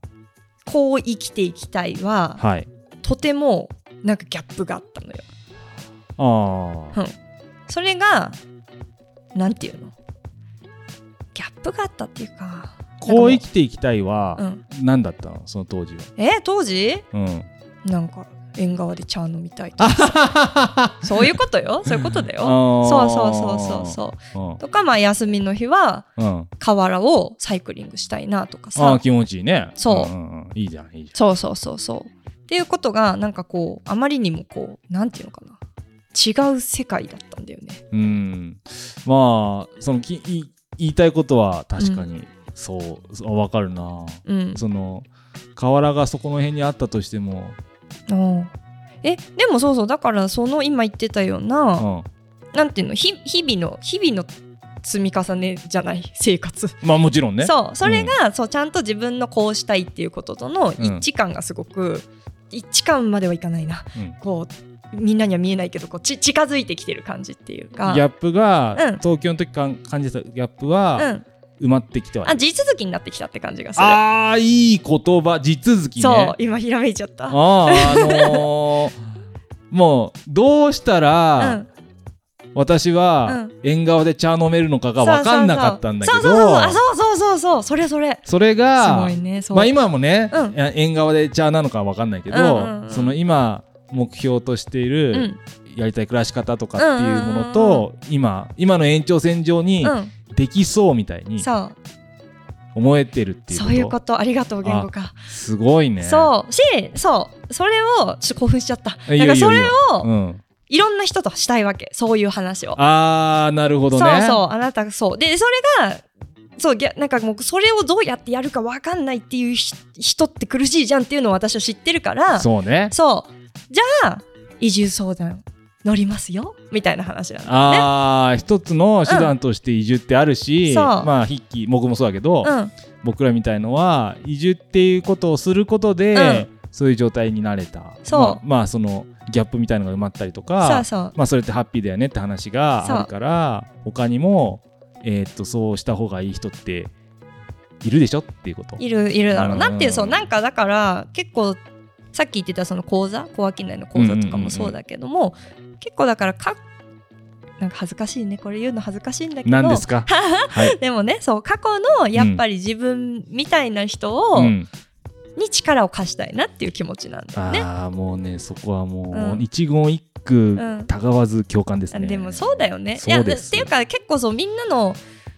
S2: こう生きていきたいは、
S1: はい
S2: とてもなんかギャップがあったのよ。
S1: あー
S2: それがなんていうのギャップがあったっていうか
S1: こう生
S2: き
S1: きていきたいは
S2: うん、
S1: 何だったのその当時は
S2: え当時
S1: うん
S2: なんか縁側で茶飲みたいとかそういうこと よそういうことだよ。そうそうそうそうそう
S1: そ
S2: とかまあ休みの日は
S1: うんうん
S2: 河原をサイクリングしたいなとか
S1: あ
S2: さ
S1: ー気持ちいいね
S2: そうん
S1: んんいいじゃんいいじ
S2: そうそうそうそうっていうことがなんかこうあまりにもこうなんていうのかな違う世界だったんだよね。
S1: ゃんうんまあそのきい言いたいことは確かにそうそうわかるな
S2: うん、
S1: その河原がそこの辺にあったとしても
S2: おうえでもそうそうだからその今言ってたよう
S1: う
S2: な、
S1: ん
S2: なんていうのひ日々の日々の積み重ねじゃない生活、
S1: まあもちろんね
S2: そうそれが、そうちゃんと自分のこうしたいっていうこととの一致感がすごく、一致感まではいかないな
S1: うん
S2: こうみんなには見えないけどこうち近づいてきてる感じっていうか
S1: ギャップが、
S2: うん
S1: 東京の時かん感じたギャップ
S2: う
S1: は、
S2: ん、
S1: 埋まってきてはいる
S2: あ地続きになってきたって感じがする
S1: あーいい言葉地続きね
S2: そう今ひらめいちゃった
S1: あーあのーもうどうした
S2: う
S1: ら、
S2: ん
S1: 私は
S2: う
S1: 縁側で茶飲めるのかが分かんなかったんだけど
S2: そうそうそうあそうそうそうそうそれそれ
S1: それ
S2: す
S1: が
S2: ごいねそう、
S1: まあ今もね、
S2: うん
S1: いや縁側で茶なのか分かんないけど、
S2: うんうんうん
S1: その今目標としていうる
S2: ん
S1: やりたい暮らし方とかっていうものと、今今の延長線上に
S2: うん
S1: できそうみたいに
S2: そう
S1: 思えてるっていうこと
S2: そういうことありがとう言語化、
S1: すごいね
S2: そうしそうそれをちょっと興奮しちゃった
S1: いい
S2: な
S1: よ
S2: んかそ
S1: いい
S2: れ
S1: よう
S2: を
S1: ん、
S2: いろんな人としたいわけそういう話を
S1: あーなるほど
S2: そう
S1: ね
S2: そうあなたそうでそれがそうぎゃなんかもうそれをどうやってやるかわかんないっていうひ人って苦しいじゃんっていうのを私は知ってるから
S1: そうね
S2: そうじゃあ移住相談乗りますよみたいな話なの
S1: あー一つの手段として移住ってあるし、
S2: うんそう
S1: まあ筆記僕もそうだけど、
S2: うん
S1: 僕らみたいのは移住っていうことをすることで、そういう状態になれた
S2: そう
S1: まあ、まあそのギャップみたいのが埋まったりとか
S2: そうそう
S1: まあ、それってハッピーだよねって話があるから他にも、えーっとそうした方がいい人っているでしょっていうこと。
S2: いるいるだろうなっていう
S1: うん
S2: そうなんかだから結構さっき言ってたその講座小商いの講座とかもそうだけども、結構だからかなんか恥ずかしいねこれ言うの恥ずかしいんだけど
S1: 何ですか はい、
S2: でもねそう過去のやっぱり自分みたいな人を、
S1: うん
S2: に力を貸したいなっていう気持ちなんだよね。
S1: ああもうねそこはもう、
S2: うん
S1: 一言一句
S2: うん
S1: たがわず共感です
S2: あ
S1: ね。
S2: でもそうだよね。い
S1: そ
S2: や
S1: う
S2: で
S1: です
S2: っていうか結構そうみんなの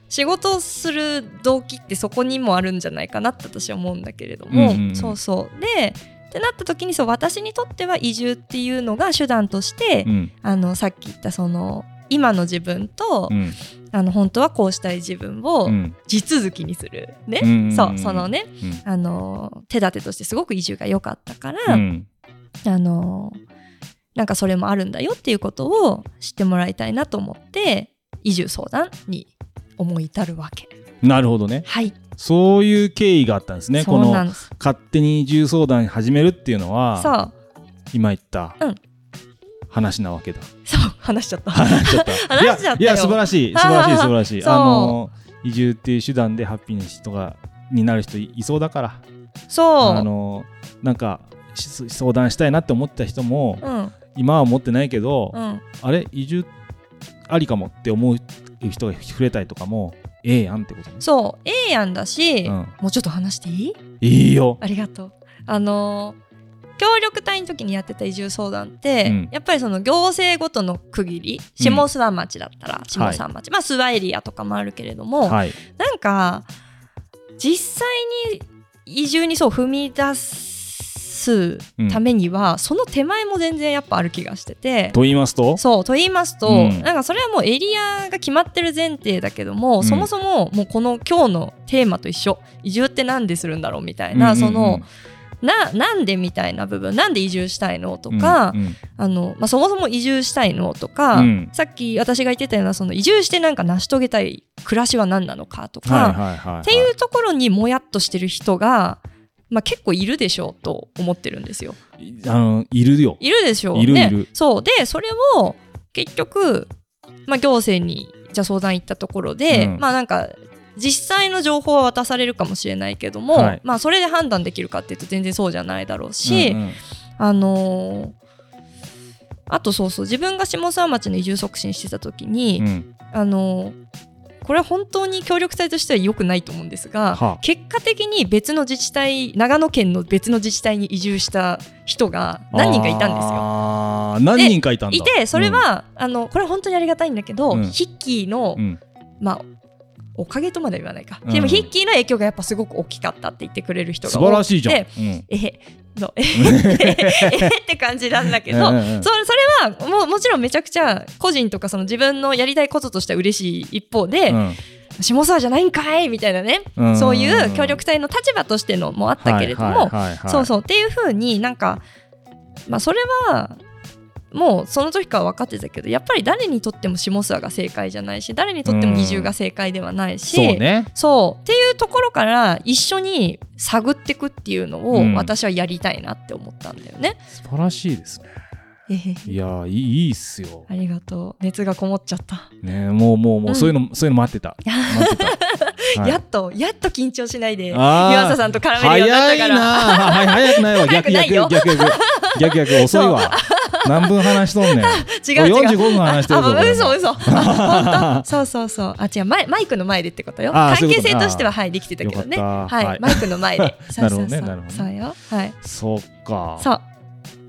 S2: 仕事をする動機ってそこにもあるんじゃないかなって私は思うんだけれども、
S1: うんうんうん
S2: そうそうでってなった時にそう私にとっては移住っていうのが手段として、
S1: うん
S2: あのさっき言ったその今の自分と、
S1: うん
S2: あの本当はこうしたい自分
S1: う
S2: を
S1: ん
S2: 地続きにするね、
S1: うんうんうん
S2: そうそのね
S1: うん
S2: あの手立てとしてすごく移住が良かったから、
S1: うん
S2: あのなんかそれもあるんだよっていうことを知ってもらいたいなと思って移住相談に思い至るわけ
S1: なるほどね
S2: はい、
S1: そういう経緯があったんですね
S2: そ
S1: こ
S2: うな
S1: の
S2: んです
S1: 勝手に移住相談始めるっていうの
S2: そ
S1: は
S2: う
S1: 今言った、
S2: うん
S1: 話なわけだ
S2: そう話しちゃった
S1: 話しちゃったいや
S2: 話しちゃったよ
S1: いや素晴ら しい素晴らしい素晴らしい
S2: そう
S1: あの移住っていう手段でハッピーな人がになる人いいそうだから
S2: そう
S1: あのなんかし相談したいなって思った人も、
S2: うん
S1: 今は思ってないけど、
S2: うん
S1: あれ移住ありかもって思う人が増えたりとかもええやんってことね
S2: そうええやんだし、
S1: うん
S2: もうちょっと話していい
S1: いいよ
S2: ありがとうあのー協力隊の時にやってた移住相談って、
S1: うん
S2: やっぱりその行政ごとの区切り下諏訪町だったら下諏訪町、まあ諏訪エリアとかもあるけれども、
S1: はい
S2: なんか実際に移住にそう踏み出すためには、その手前も全然やっぱある気がしてて。
S1: と言いますと
S2: そうと言いますと、
S1: うん
S2: なんかそれはもうエリアが決まってる前提だけども、
S1: ん
S2: そもそももうこの今日のテーマと一緒移住って何でするんだろうみたいな、
S1: うんうんうん
S2: そのななんでみたいな部分なんで移住したいのとか、
S1: うんうん
S2: あのまあ、そもそも移住したいのとか、
S1: うん
S2: さっき私が言ってたようなその移住してなんか成し遂げたい暮らしは何なのかとか、
S1: はいはいはいは
S2: っていうところにもやっとしてる人が、まあ、結構いるでしょうと思ってるんですよ。
S1: あのいるよ
S2: いるでしょう
S1: いる
S2: で
S1: いる
S2: そうでそれを結局、まあ、行政にじゃあ相談行ったところで、
S1: うん
S2: まあなんか実際の情報は渡されるかもしれないけども、
S1: はい
S2: まあそれで判断できるかっていうと全然そうじゃないだろうし、
S1: うんうん
S2: あのーあとそうそう自分が下諏訪町の移住促進してた時に、
S1: うん
S2: あのこれは本当に協力隊としては良くないと思うんです
S1: は
S2: が、
S1: あ
S2: 結果的に別の自治体長野県の別の自治体に移住した人が何人かいたんですよ。
S1: あー何人かいたんだ
S2: いてそれは、あのこれは本当にありがたいんだけど、
S1: うん
S2: ヒッキーの、
S1: うんうん
S2: まあおかげとまでは言わないか、
S1: うん
S2: でもヒッキーの影響がやっぱすごく大きかったって言ってくれる人が
S1: 素晴らしいじゃん
S2: 多くて
S1: うん
S2: えへのえへってえへって感じなんだけど、
S1: うんうんうん
S2: そそれはもうもちろんめちゃくちゃ個人とかその自分のやりたいこととしては嬉しい一方で、
S1: うん
S2: 下沢じゃないんかいみたいなね、
S1: んんん
S2: そういう協力隊の立場としてのもあったけれども、
S1: はいはいはいはい
S2: そうそうっていう風になんか、まあ、それはもうその時から分かってたけどやっぱり誰にとっても下諏訪が正解じゃないし誰にとっても移住が正解ではないし、
S1: そうね
S2: そうっていうところから一緒に探っていくっていうの
S1: うん
S2: を私はやりたいなって思ったんだよ ね。
S1: 素晴らしいですね
S2: えへへ
S1: いやーいいいいっすよ
S2: ありがとう熱がこもっちゃった、
S1: ねもうもうも
S2: う
S1: うんそういうの、そういうの待ってた待ってた、はい
S2: やっとやっと緊張しないで湯
S1: あー
S2: 浅さんと絡めるようにな
S1: 早
S2: っ
S1: い
S2: たか
S1: な
S2: ら。
S1: はい早くないわ
S2: 早く
S1: 逆
S2: ない
S1: 逆
S2: よ
S1: 逆逆逆逆遅いわ何分話しとんねん
S2: 違う違う。
S1: 45分話してるぞ
S2: あ、あ
S1: これ
S2: 嘘嘘。あ本当そうそうそう。あ、違うマイマイクの前でってことよ。
S1: あー
S2: 関
S1: そういう
S2: 係
S1: こと
S2: 性
S1: か
S2: としてははいできてたけどね。
S1: よかった
S2: は
S1: はい
S2: いマイクの前で。そうそうそ う
S1: なるほどねなるほどね
S2: そうよ。はい。
S1: そっか
S2: そう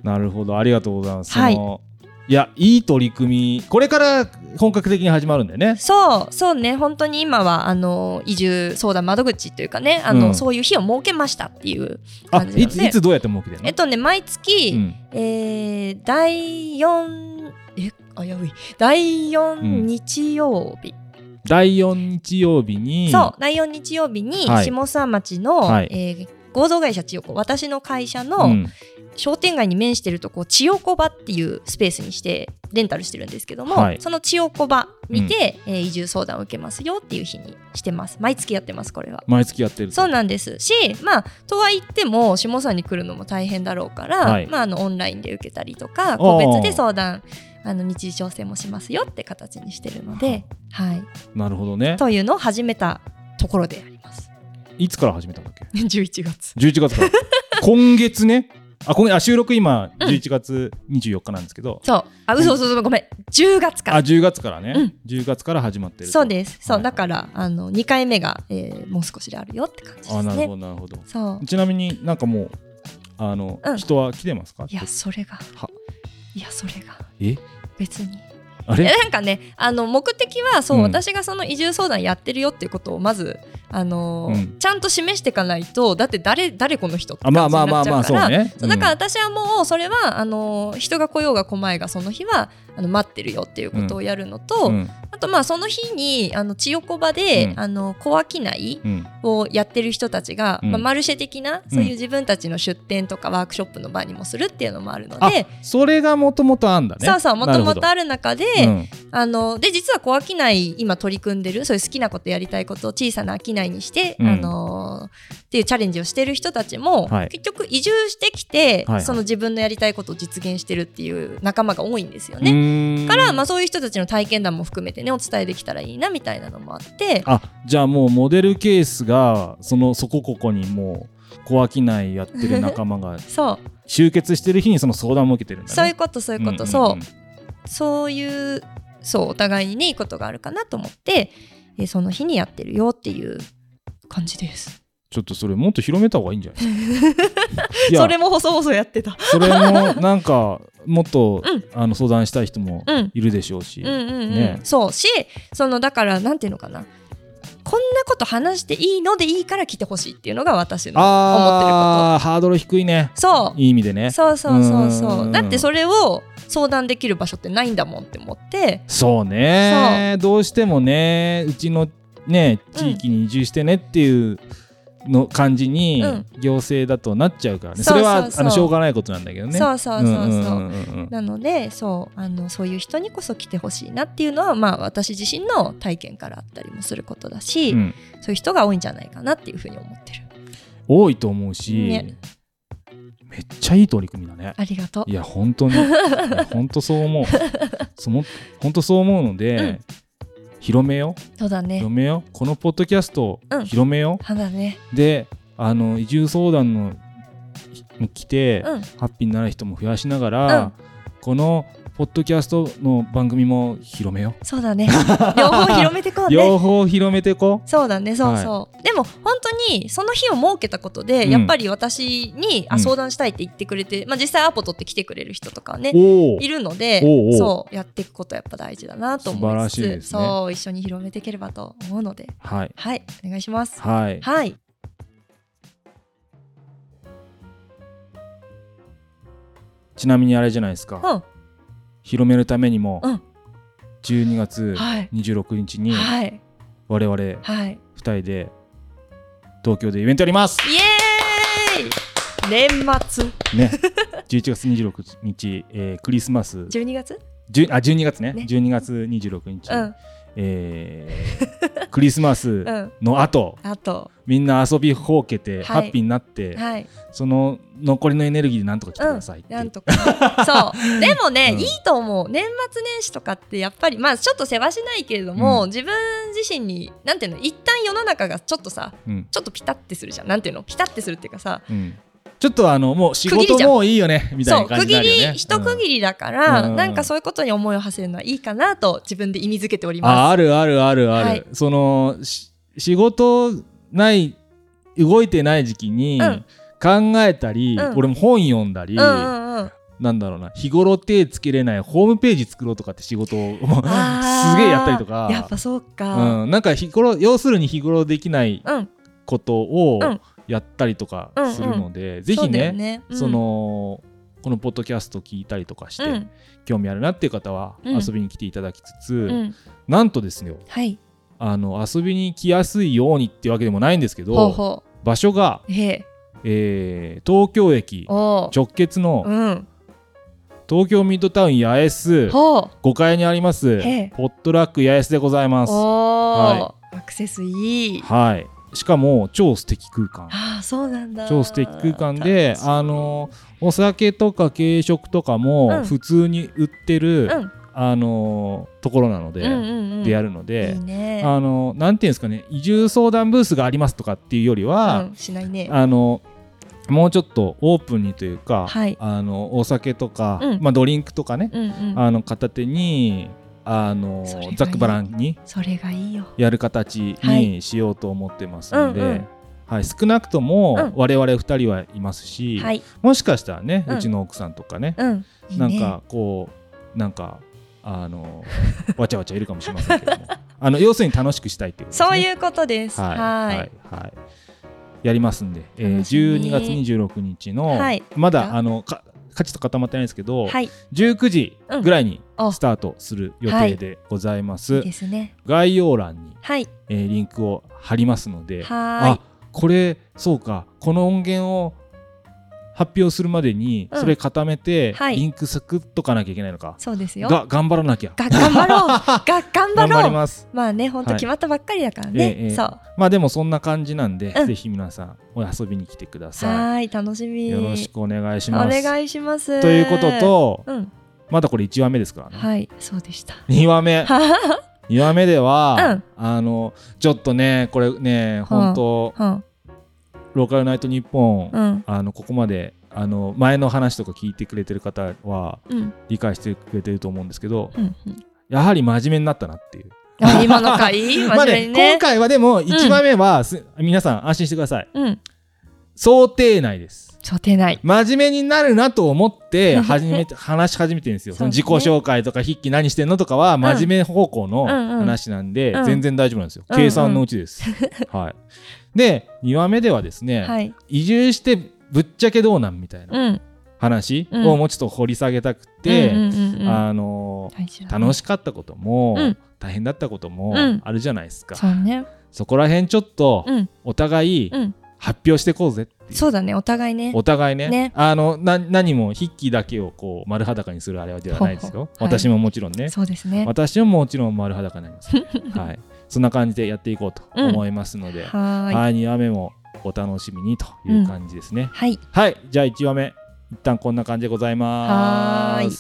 S1: なるほどありがとうございます、
S2: はい
S1: そのいやいい取り組みこれから本格的に始まるんだよね
S2: そうそうね本当に今はあの移住相談窓口というかねあの、
S1: うん
S2: そういう日を設けましたっていう
S1: あ
S2: 感じ
S1: い
S2: なの
S1: つ
S2: で
S1: いつどうやって儲けてるの
S2: えっとね毎月、
S1: うん
S2: えー第4え危うい第4
S1: うん
S2: 日曜日
S1: 第4日曜日に
S2: そう第4日曜日に
S1: はい
S2: 下諏訪町の、
S1: はい
S2: えー合同会社千代子私の会社の、
S1: ん
S2: 商店街に面してるとこ千代子場っていうスペースにしてレンタルしてるんですけども、
S1: はい
S2: その千代子場にて、えー移住相談を受けますよっていう日にしてます毎月やってますこれは。
S1: 毎月やってる
S2: そうなんですしまあとは言っても下さんに来るのも大変だろうから、
S1: はい
S2: まあ、あのオンラインで受けたりとか個別で相談あの日時調整もしますよって形にしてるので、はい、
S1: なるほどね
S2: というのを始めたところであります。
S1: いつから始めたんだっけ
S2: 11月
S1: 11月から 今月ねあ今月あ収録今
S2: うん
S1: 11月24日なんですけど、
S2: そうあ嘘嘘嘘ごめん10月から
S1: あ10月からね、
S2: うん
S1: 10月から始まってると
S2: そうです。そう、
S1: はい
S2: だからあの二回目が、えーもう少しであるよって感じで
S1: あ
S2: す
S1: なるほ
S2: ね。
S1: どなるほど
S2: そう。
S1: ちなみになんかもうあの、
S2: うん
S1: 人は来てますか
S2: いやそれが
S1: はい
S2: やそれが
S1: え
S2: 別に。
S1: あ
S2: え
S1: れ
S2: なんかねあの目的はそう、
S1: うん
S2: 私がその移住相談やってるよっていうことをまずあのー
S1: う
S2: ちゃんと示していかないとだって誰誰この人って
S1: あ
S2: 感じ
S1: まあ
S2: に
S1: まあま
S2: なっ
S1: あ
S2: ち
S1: まあ
S2: ゃうか
S1: そう
S2: ら。
S1: ね
S2: そうだから私はもうそれはあのー人が来ようが来まいがその日はあの待ってるよっていうことをやるのと、
S1: うんうん
S2: あとまあその日にあの千代子場で、
S1: うん
S2: あの小商い
S1: うん
S2: をやってる人たちが、
S1: うん
S2: まあ、マルシェ的なそういう自分たちの出店とかワークショップの場にもするっていうのもあるの
S1: あ
S2: で、
S1: それがもともとあんだね
S2: そうそうもともと
S1: あ
S2: ある中で,、あので実は小商い今取り組んでるそういう好きなことやりたいことを小さな商いにして、
S1: うん
S2: あのーっていうチャレンジをしてる人たちも、
S1: はい
S2: 結局移住してきて、
S1: はいはい
S2: その自分のやりたいことを実現してるっていう仲間が多いんですよね。
S1: ね
S2: から、まあ、そういう人たちの体験談も含めてねお伝えできたらいいなみたいなのもあって
S1: あじゃあもうモデルケースがそのそこここにもう小商いやってる仲間が
S2: そ
S1: 集結してる日にその相談も受けてるん
S2: う
S1: だね。
S2: そういうことそういうこと、そううんそういうそうお互いにねいいことがあるかなと思って、えーその日にやってるよっていう感じです
S1: ちょっとそれもっと広めた方がいいんじゃない ですかいや
S2: それも細々やってた
S1: それもなんかもっと、
S2: うん
S1: あの相談したい人も
S2: うん
S1: いるでしょうし、
S2: うんうんうん
S1: ね
S2: そうしそのだからなんていうのかなこんなこと話していいのでいいから来てほしいっていうのが私の思ってるこ
S1: あーハードル低いね
S2: とそう
S1: いい意味でね
S2: そうそうそう
S1: うんうん
S2: そ
S1: うん
S2: うだってそれを相談できる場所ってないんだもんって思って
S1: そうねどうしてもねうちのね地域に移住してねっていうの感じに、
S2: うん
S1: 行政だとなっちゃうからね
S2: そ
S1: そうれ
S2: そうそ
S1: は
S2: う
S1: あのしょうがないことなんだけどね
S2: そうそうそうそうん
S1: んんんうん
S2: なのでそうあのそういう人にこそ来てほしいなっていうのはまあ私自身の体験からあったりもすることだし、
S1: うん
S2: そういう人が多いんじゃないかなっていうふうに思ってる
S1: 多いと思うし、
S2: ね
S1: めっちゃいい取り組みだね
S2: ありがとう
S1: いや本当にいや本当そう思うその本当そう思うので、
S2: うん
S1: 広めよう
S2: そうだね
S1: 広めようこのポッドキャストを
S2: うん
S1: 広めよう、
S2: はだ ね
S1: であの移住相談のに来て、
S2: うん
S1: ハッピーになる人も増やしながら、このポッドキャストの番組も広めよ
S2: そうだね両方広めてこう
S1: う、
S2: ね
S1: 両方広めてこ
S2: そうだねそうそう、でも本当にその日を設けたことで、
S1: うん
S2: やっぱり私に
S1: う
S2: あ
S1: ん
S2: 相談したいって言ってくれて、まあ、実際アポ取って来てくれる人とかはね
S1: うおお
S2: いるので
S1: おうおう
S2: そうやっていくことやっぱ大事だなと思い
S1: 素
S2: つつ
S1: 晴らしいですね
S2: そう一緒に広めていければと思うので
S1: はい
S2: はいお願いします
S1: はい
S2: はい
S1: ちなみにあれじゃないですか、
S2: うん
S1: 広めるためにも、
S2: うん
S1: 12月
S2: はい
S1: 26日に
S2: はい
S1: 我々2
S2: はい
S1: 人で東京でイベントやります、
S2: イエーイ年末
S1: ね、11月26日、えークリスマス
S2: 12月
S1: じゅあ12月ね
S2: ね
S1: 12月26日、
S2: うん
S1: えークリスマス
S2: うん
S1: の後、
S2: あと
S1: みんな遊びほうけて、
S2: い
S1: ハッピーになって、
S2: はい
S1: その残りのエネルギーでなんとか来てくださいっていう、
S2: な んとかそうでもね、
S1: うん
S2: いいと思う年末年始とかってやっぱりまあちょっとせわしないけれども、
S1: う
S2: 自分自身になんていうの一旦世の中がちょっとさ
S1: うん
S2: ちょっとピタってするじゃんなんていうのピタってするっていうかさ
S1: うんちょっとあのもう仕
S2: 区切り
S1: 事
S2: じゃん
S1: もういいよねみたい
S2: そう
S1: な感
S2: 区
S1: じに
S2: 切
S1: なるよね
S2: り一区切りだから、
S1: うん
S2: なんかそういうことに思いを馳せるのはいいかなと自分で意味づけており
S1: あ
S2: ま
S1: あるあるあるある、
S2: はい
S1: そのし仕事ない動いてない時期に
S2: うん
S1: 考えたり、
S2: うん
S1: 俺も本読んだり、
S2: す。うんうんうん、
S1: なんだろうな日頃手つけれないホームページ作ろうとかって仕事を
S2: あー
S1: すげえやったりとか
S2: やっぱそうか。
S1: うん、なんか日頃要するに日頃できない
S2: うん、
S1: ことを
S2: うん
S1: やったりとかするので、ぜ
S2: そ
S1: ひ
S2: うだよ
S1: ね
S2: ねうん
S1: そのこのポッドキャスト聞いたりとかして、
S2: うん
S1: 興味あるなっていう方は
S2: うん
S1: 遊びに来ていただきつつ、
S2: うん、
S1: なんとですよ
S2: はい。
S1: あの遊びに来やすいようにってわけでもないんですけど
S2: ほうほ
S1: 場所が、
S2: う。へえ、
S1: えー東京駅
S2: おう。
S1: 直結の
S2: うん。
S1: 東京ミッドタウン八重洲
S2: ほ
S1: 5階にあります
S2: へえ
S1: ポットラック八重洲でございま
S2: う。
S1: す。
S2: おお。アクセスいい。
S1: はい、しかも超素敵空間
S2: ああ、そうなんだ。
S1: 超素敵空間で
S2: 楽しい
S1: あのお酒とか軽食とか
S2: う
S1: も
S2: ん
S1: 普通に売ってる、
S2: うん
S1: あのところなので、
S2: うんうんうん、
S1: でや
S2: る
S1: るので
S2: いいね。
S1: あのなんていうんですかね移住相談ブースがありますとかっていうよりは、
S2: うん、しないね。
S1: あのもうちょっとオープンにというか、
S2: はい
S1: あのお酒とか、
S2: うん
S1: まあ、ドリンクとかね、
S2: うんうん。
S1: あの片手にあの
S2: それがいい
S1: ざっくばらんに
S2: それがいいよ。
S1: やる形
S2: はい
S1: にしようと思ってますので、
S2: う
S1: は
S2: ん
S1: い
S2: うん
S1: 少なくとも
S2: うん
S1: 我々2人はいますし、
S2: はい。
S1: もしかしたらね、う
S2: うん
S1: ちの奥さんとかね、
S2: うん。いい
S1: なん
S2: ね、
S1: かこうなんかあのわちゃわちゃいるかもしれませんけ どもあの要するに楽しくしたいっていうことですね
S2: そういうことです。
S1: はい
S2: は。
S1: はいいはいやりますんで、えー、
S2: 楽しみ
S1: 12月26日の、
S2: はい
S1: まだ
S2: が
S1: あのか価値と固まってないんですけど、
S2: はい。
S1: 19時ぐらいに
S2: うんお
S1: スタートする予定でございます、
S2: いいですね。
S1: 概要欄に、
S2: はい。
S1: えーリンクを貼りますので
S2: はー
S1: あ
S2: い。
S1: これそうかこの音源を発表するまでに
S2: うん
S1: それ固めて、
S2: はい
S1: リンクサクっとかなきゃいけないのか、
S2: そうですよ。
S1: が頑張らなきゃ
S2: が頑 張ろうが頑張
S1: 頑張
S2: ろ
S1: り
S2: うま
S1: ます
S2: あね本当
S1: はい
S2: 決まったばっかりだから
S1: え
S2: ね、
S1: えええ
S2: そう
S1: まあでもそんな感じなんで、
S2: うん
S1: ぜひ皆さんお遊びに来てくださ
S2: はーい楽し
S1: い
S2: み
S1: よろしくお願いし
S2: お
S1: ます
S2: 願いします
S1: ということと、
S2: うん
S1: まだこれ1話目ですからね、
S2: はいそうでした
S1: 2話目
S2: は
S1: 2話目では、あのちょっとねこれね本当、
S2: は
S1: ローカルナイトニッポン、
S2: うん
S1: あのここまであの前の話とか聞いてくれてる方は
S2: うん
S1: 理解してくれてると思うんですけど
S2: うんうん
S1: やはり真面目になったなっていう。
S2: あ今の回真面目に
S1: まあ
S2: ね
S1: 今回はでも1番目はす、皆さん安心してください
S2: うん
S1: 想定内です
S2: 想定内
S1: 真面目になるなと思 って始めて話し始めてるんですよ。そ
S2: そう
S1: の
S2: ですね
S1: 自己紹介とか筆記何してんのとかは真面目方向の話なんで
S2: うんうん
S1: 全然大丈夫なんですよ。
S2: うんうん
S1: 計算のうち です。はい、で2話目ではですね、
S2: はい
S1: 移住してぶっちゃけどうなんみたいな
S2: うん
S1: 話
S2: うん
S1: をもうちょっと掘り下げたくて、
S2: うんうんうんうん
S1: あのー
S2: 大事だね
S1: 楽しかったことも、
S2: うん
S1: 大変だったことも
S2: うん
S1: あるじゃないですか。
S2: そうね
S1: そこら辺ちょっと
S2: うん
S1: お互い
S2: うん
S1: 発表してこうぜっていう
S2: そうだねお互いね
S1: お互いね
S2: ね
S1: あのな何も筆記だけをこう丸裸にするあれではないですよ
S2: ほうほうはい
S1: 私ももちろんね
S2: そうですね
S1: 私ももちろん丸裸になります はいそんな感じでやっていこうと思いますので、は
S2: はいーい
S1: 2話目もお楽しみにという感じですね、
S2: はい
S1: はいじゃあ1話目一旦こんな感じでございます
S2: はーい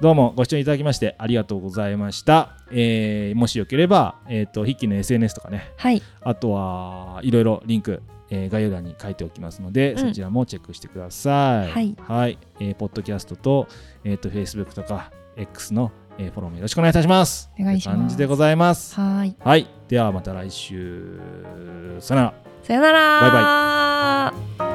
S1: どうもご視聴いただきましてありがとうございました、えーもしよければ、えー、と筆記の SNS とかね
S2: はい
S1: あとはいろいろリンク、えー概要欄に書いておきますので、
S2: うん
S1: そちらもチェックしてください。
S2: はい
S1: えーポッドキャストと、えっ、と、Facebook とか X の、えーフォローもよろしくお願いいたします。
S2: お願いします
S1: って感じでございます。
S2: はーい
S1: はい。ではまた来週。さよなら。
S2: さよなら
S1: バイ
S2: イバイ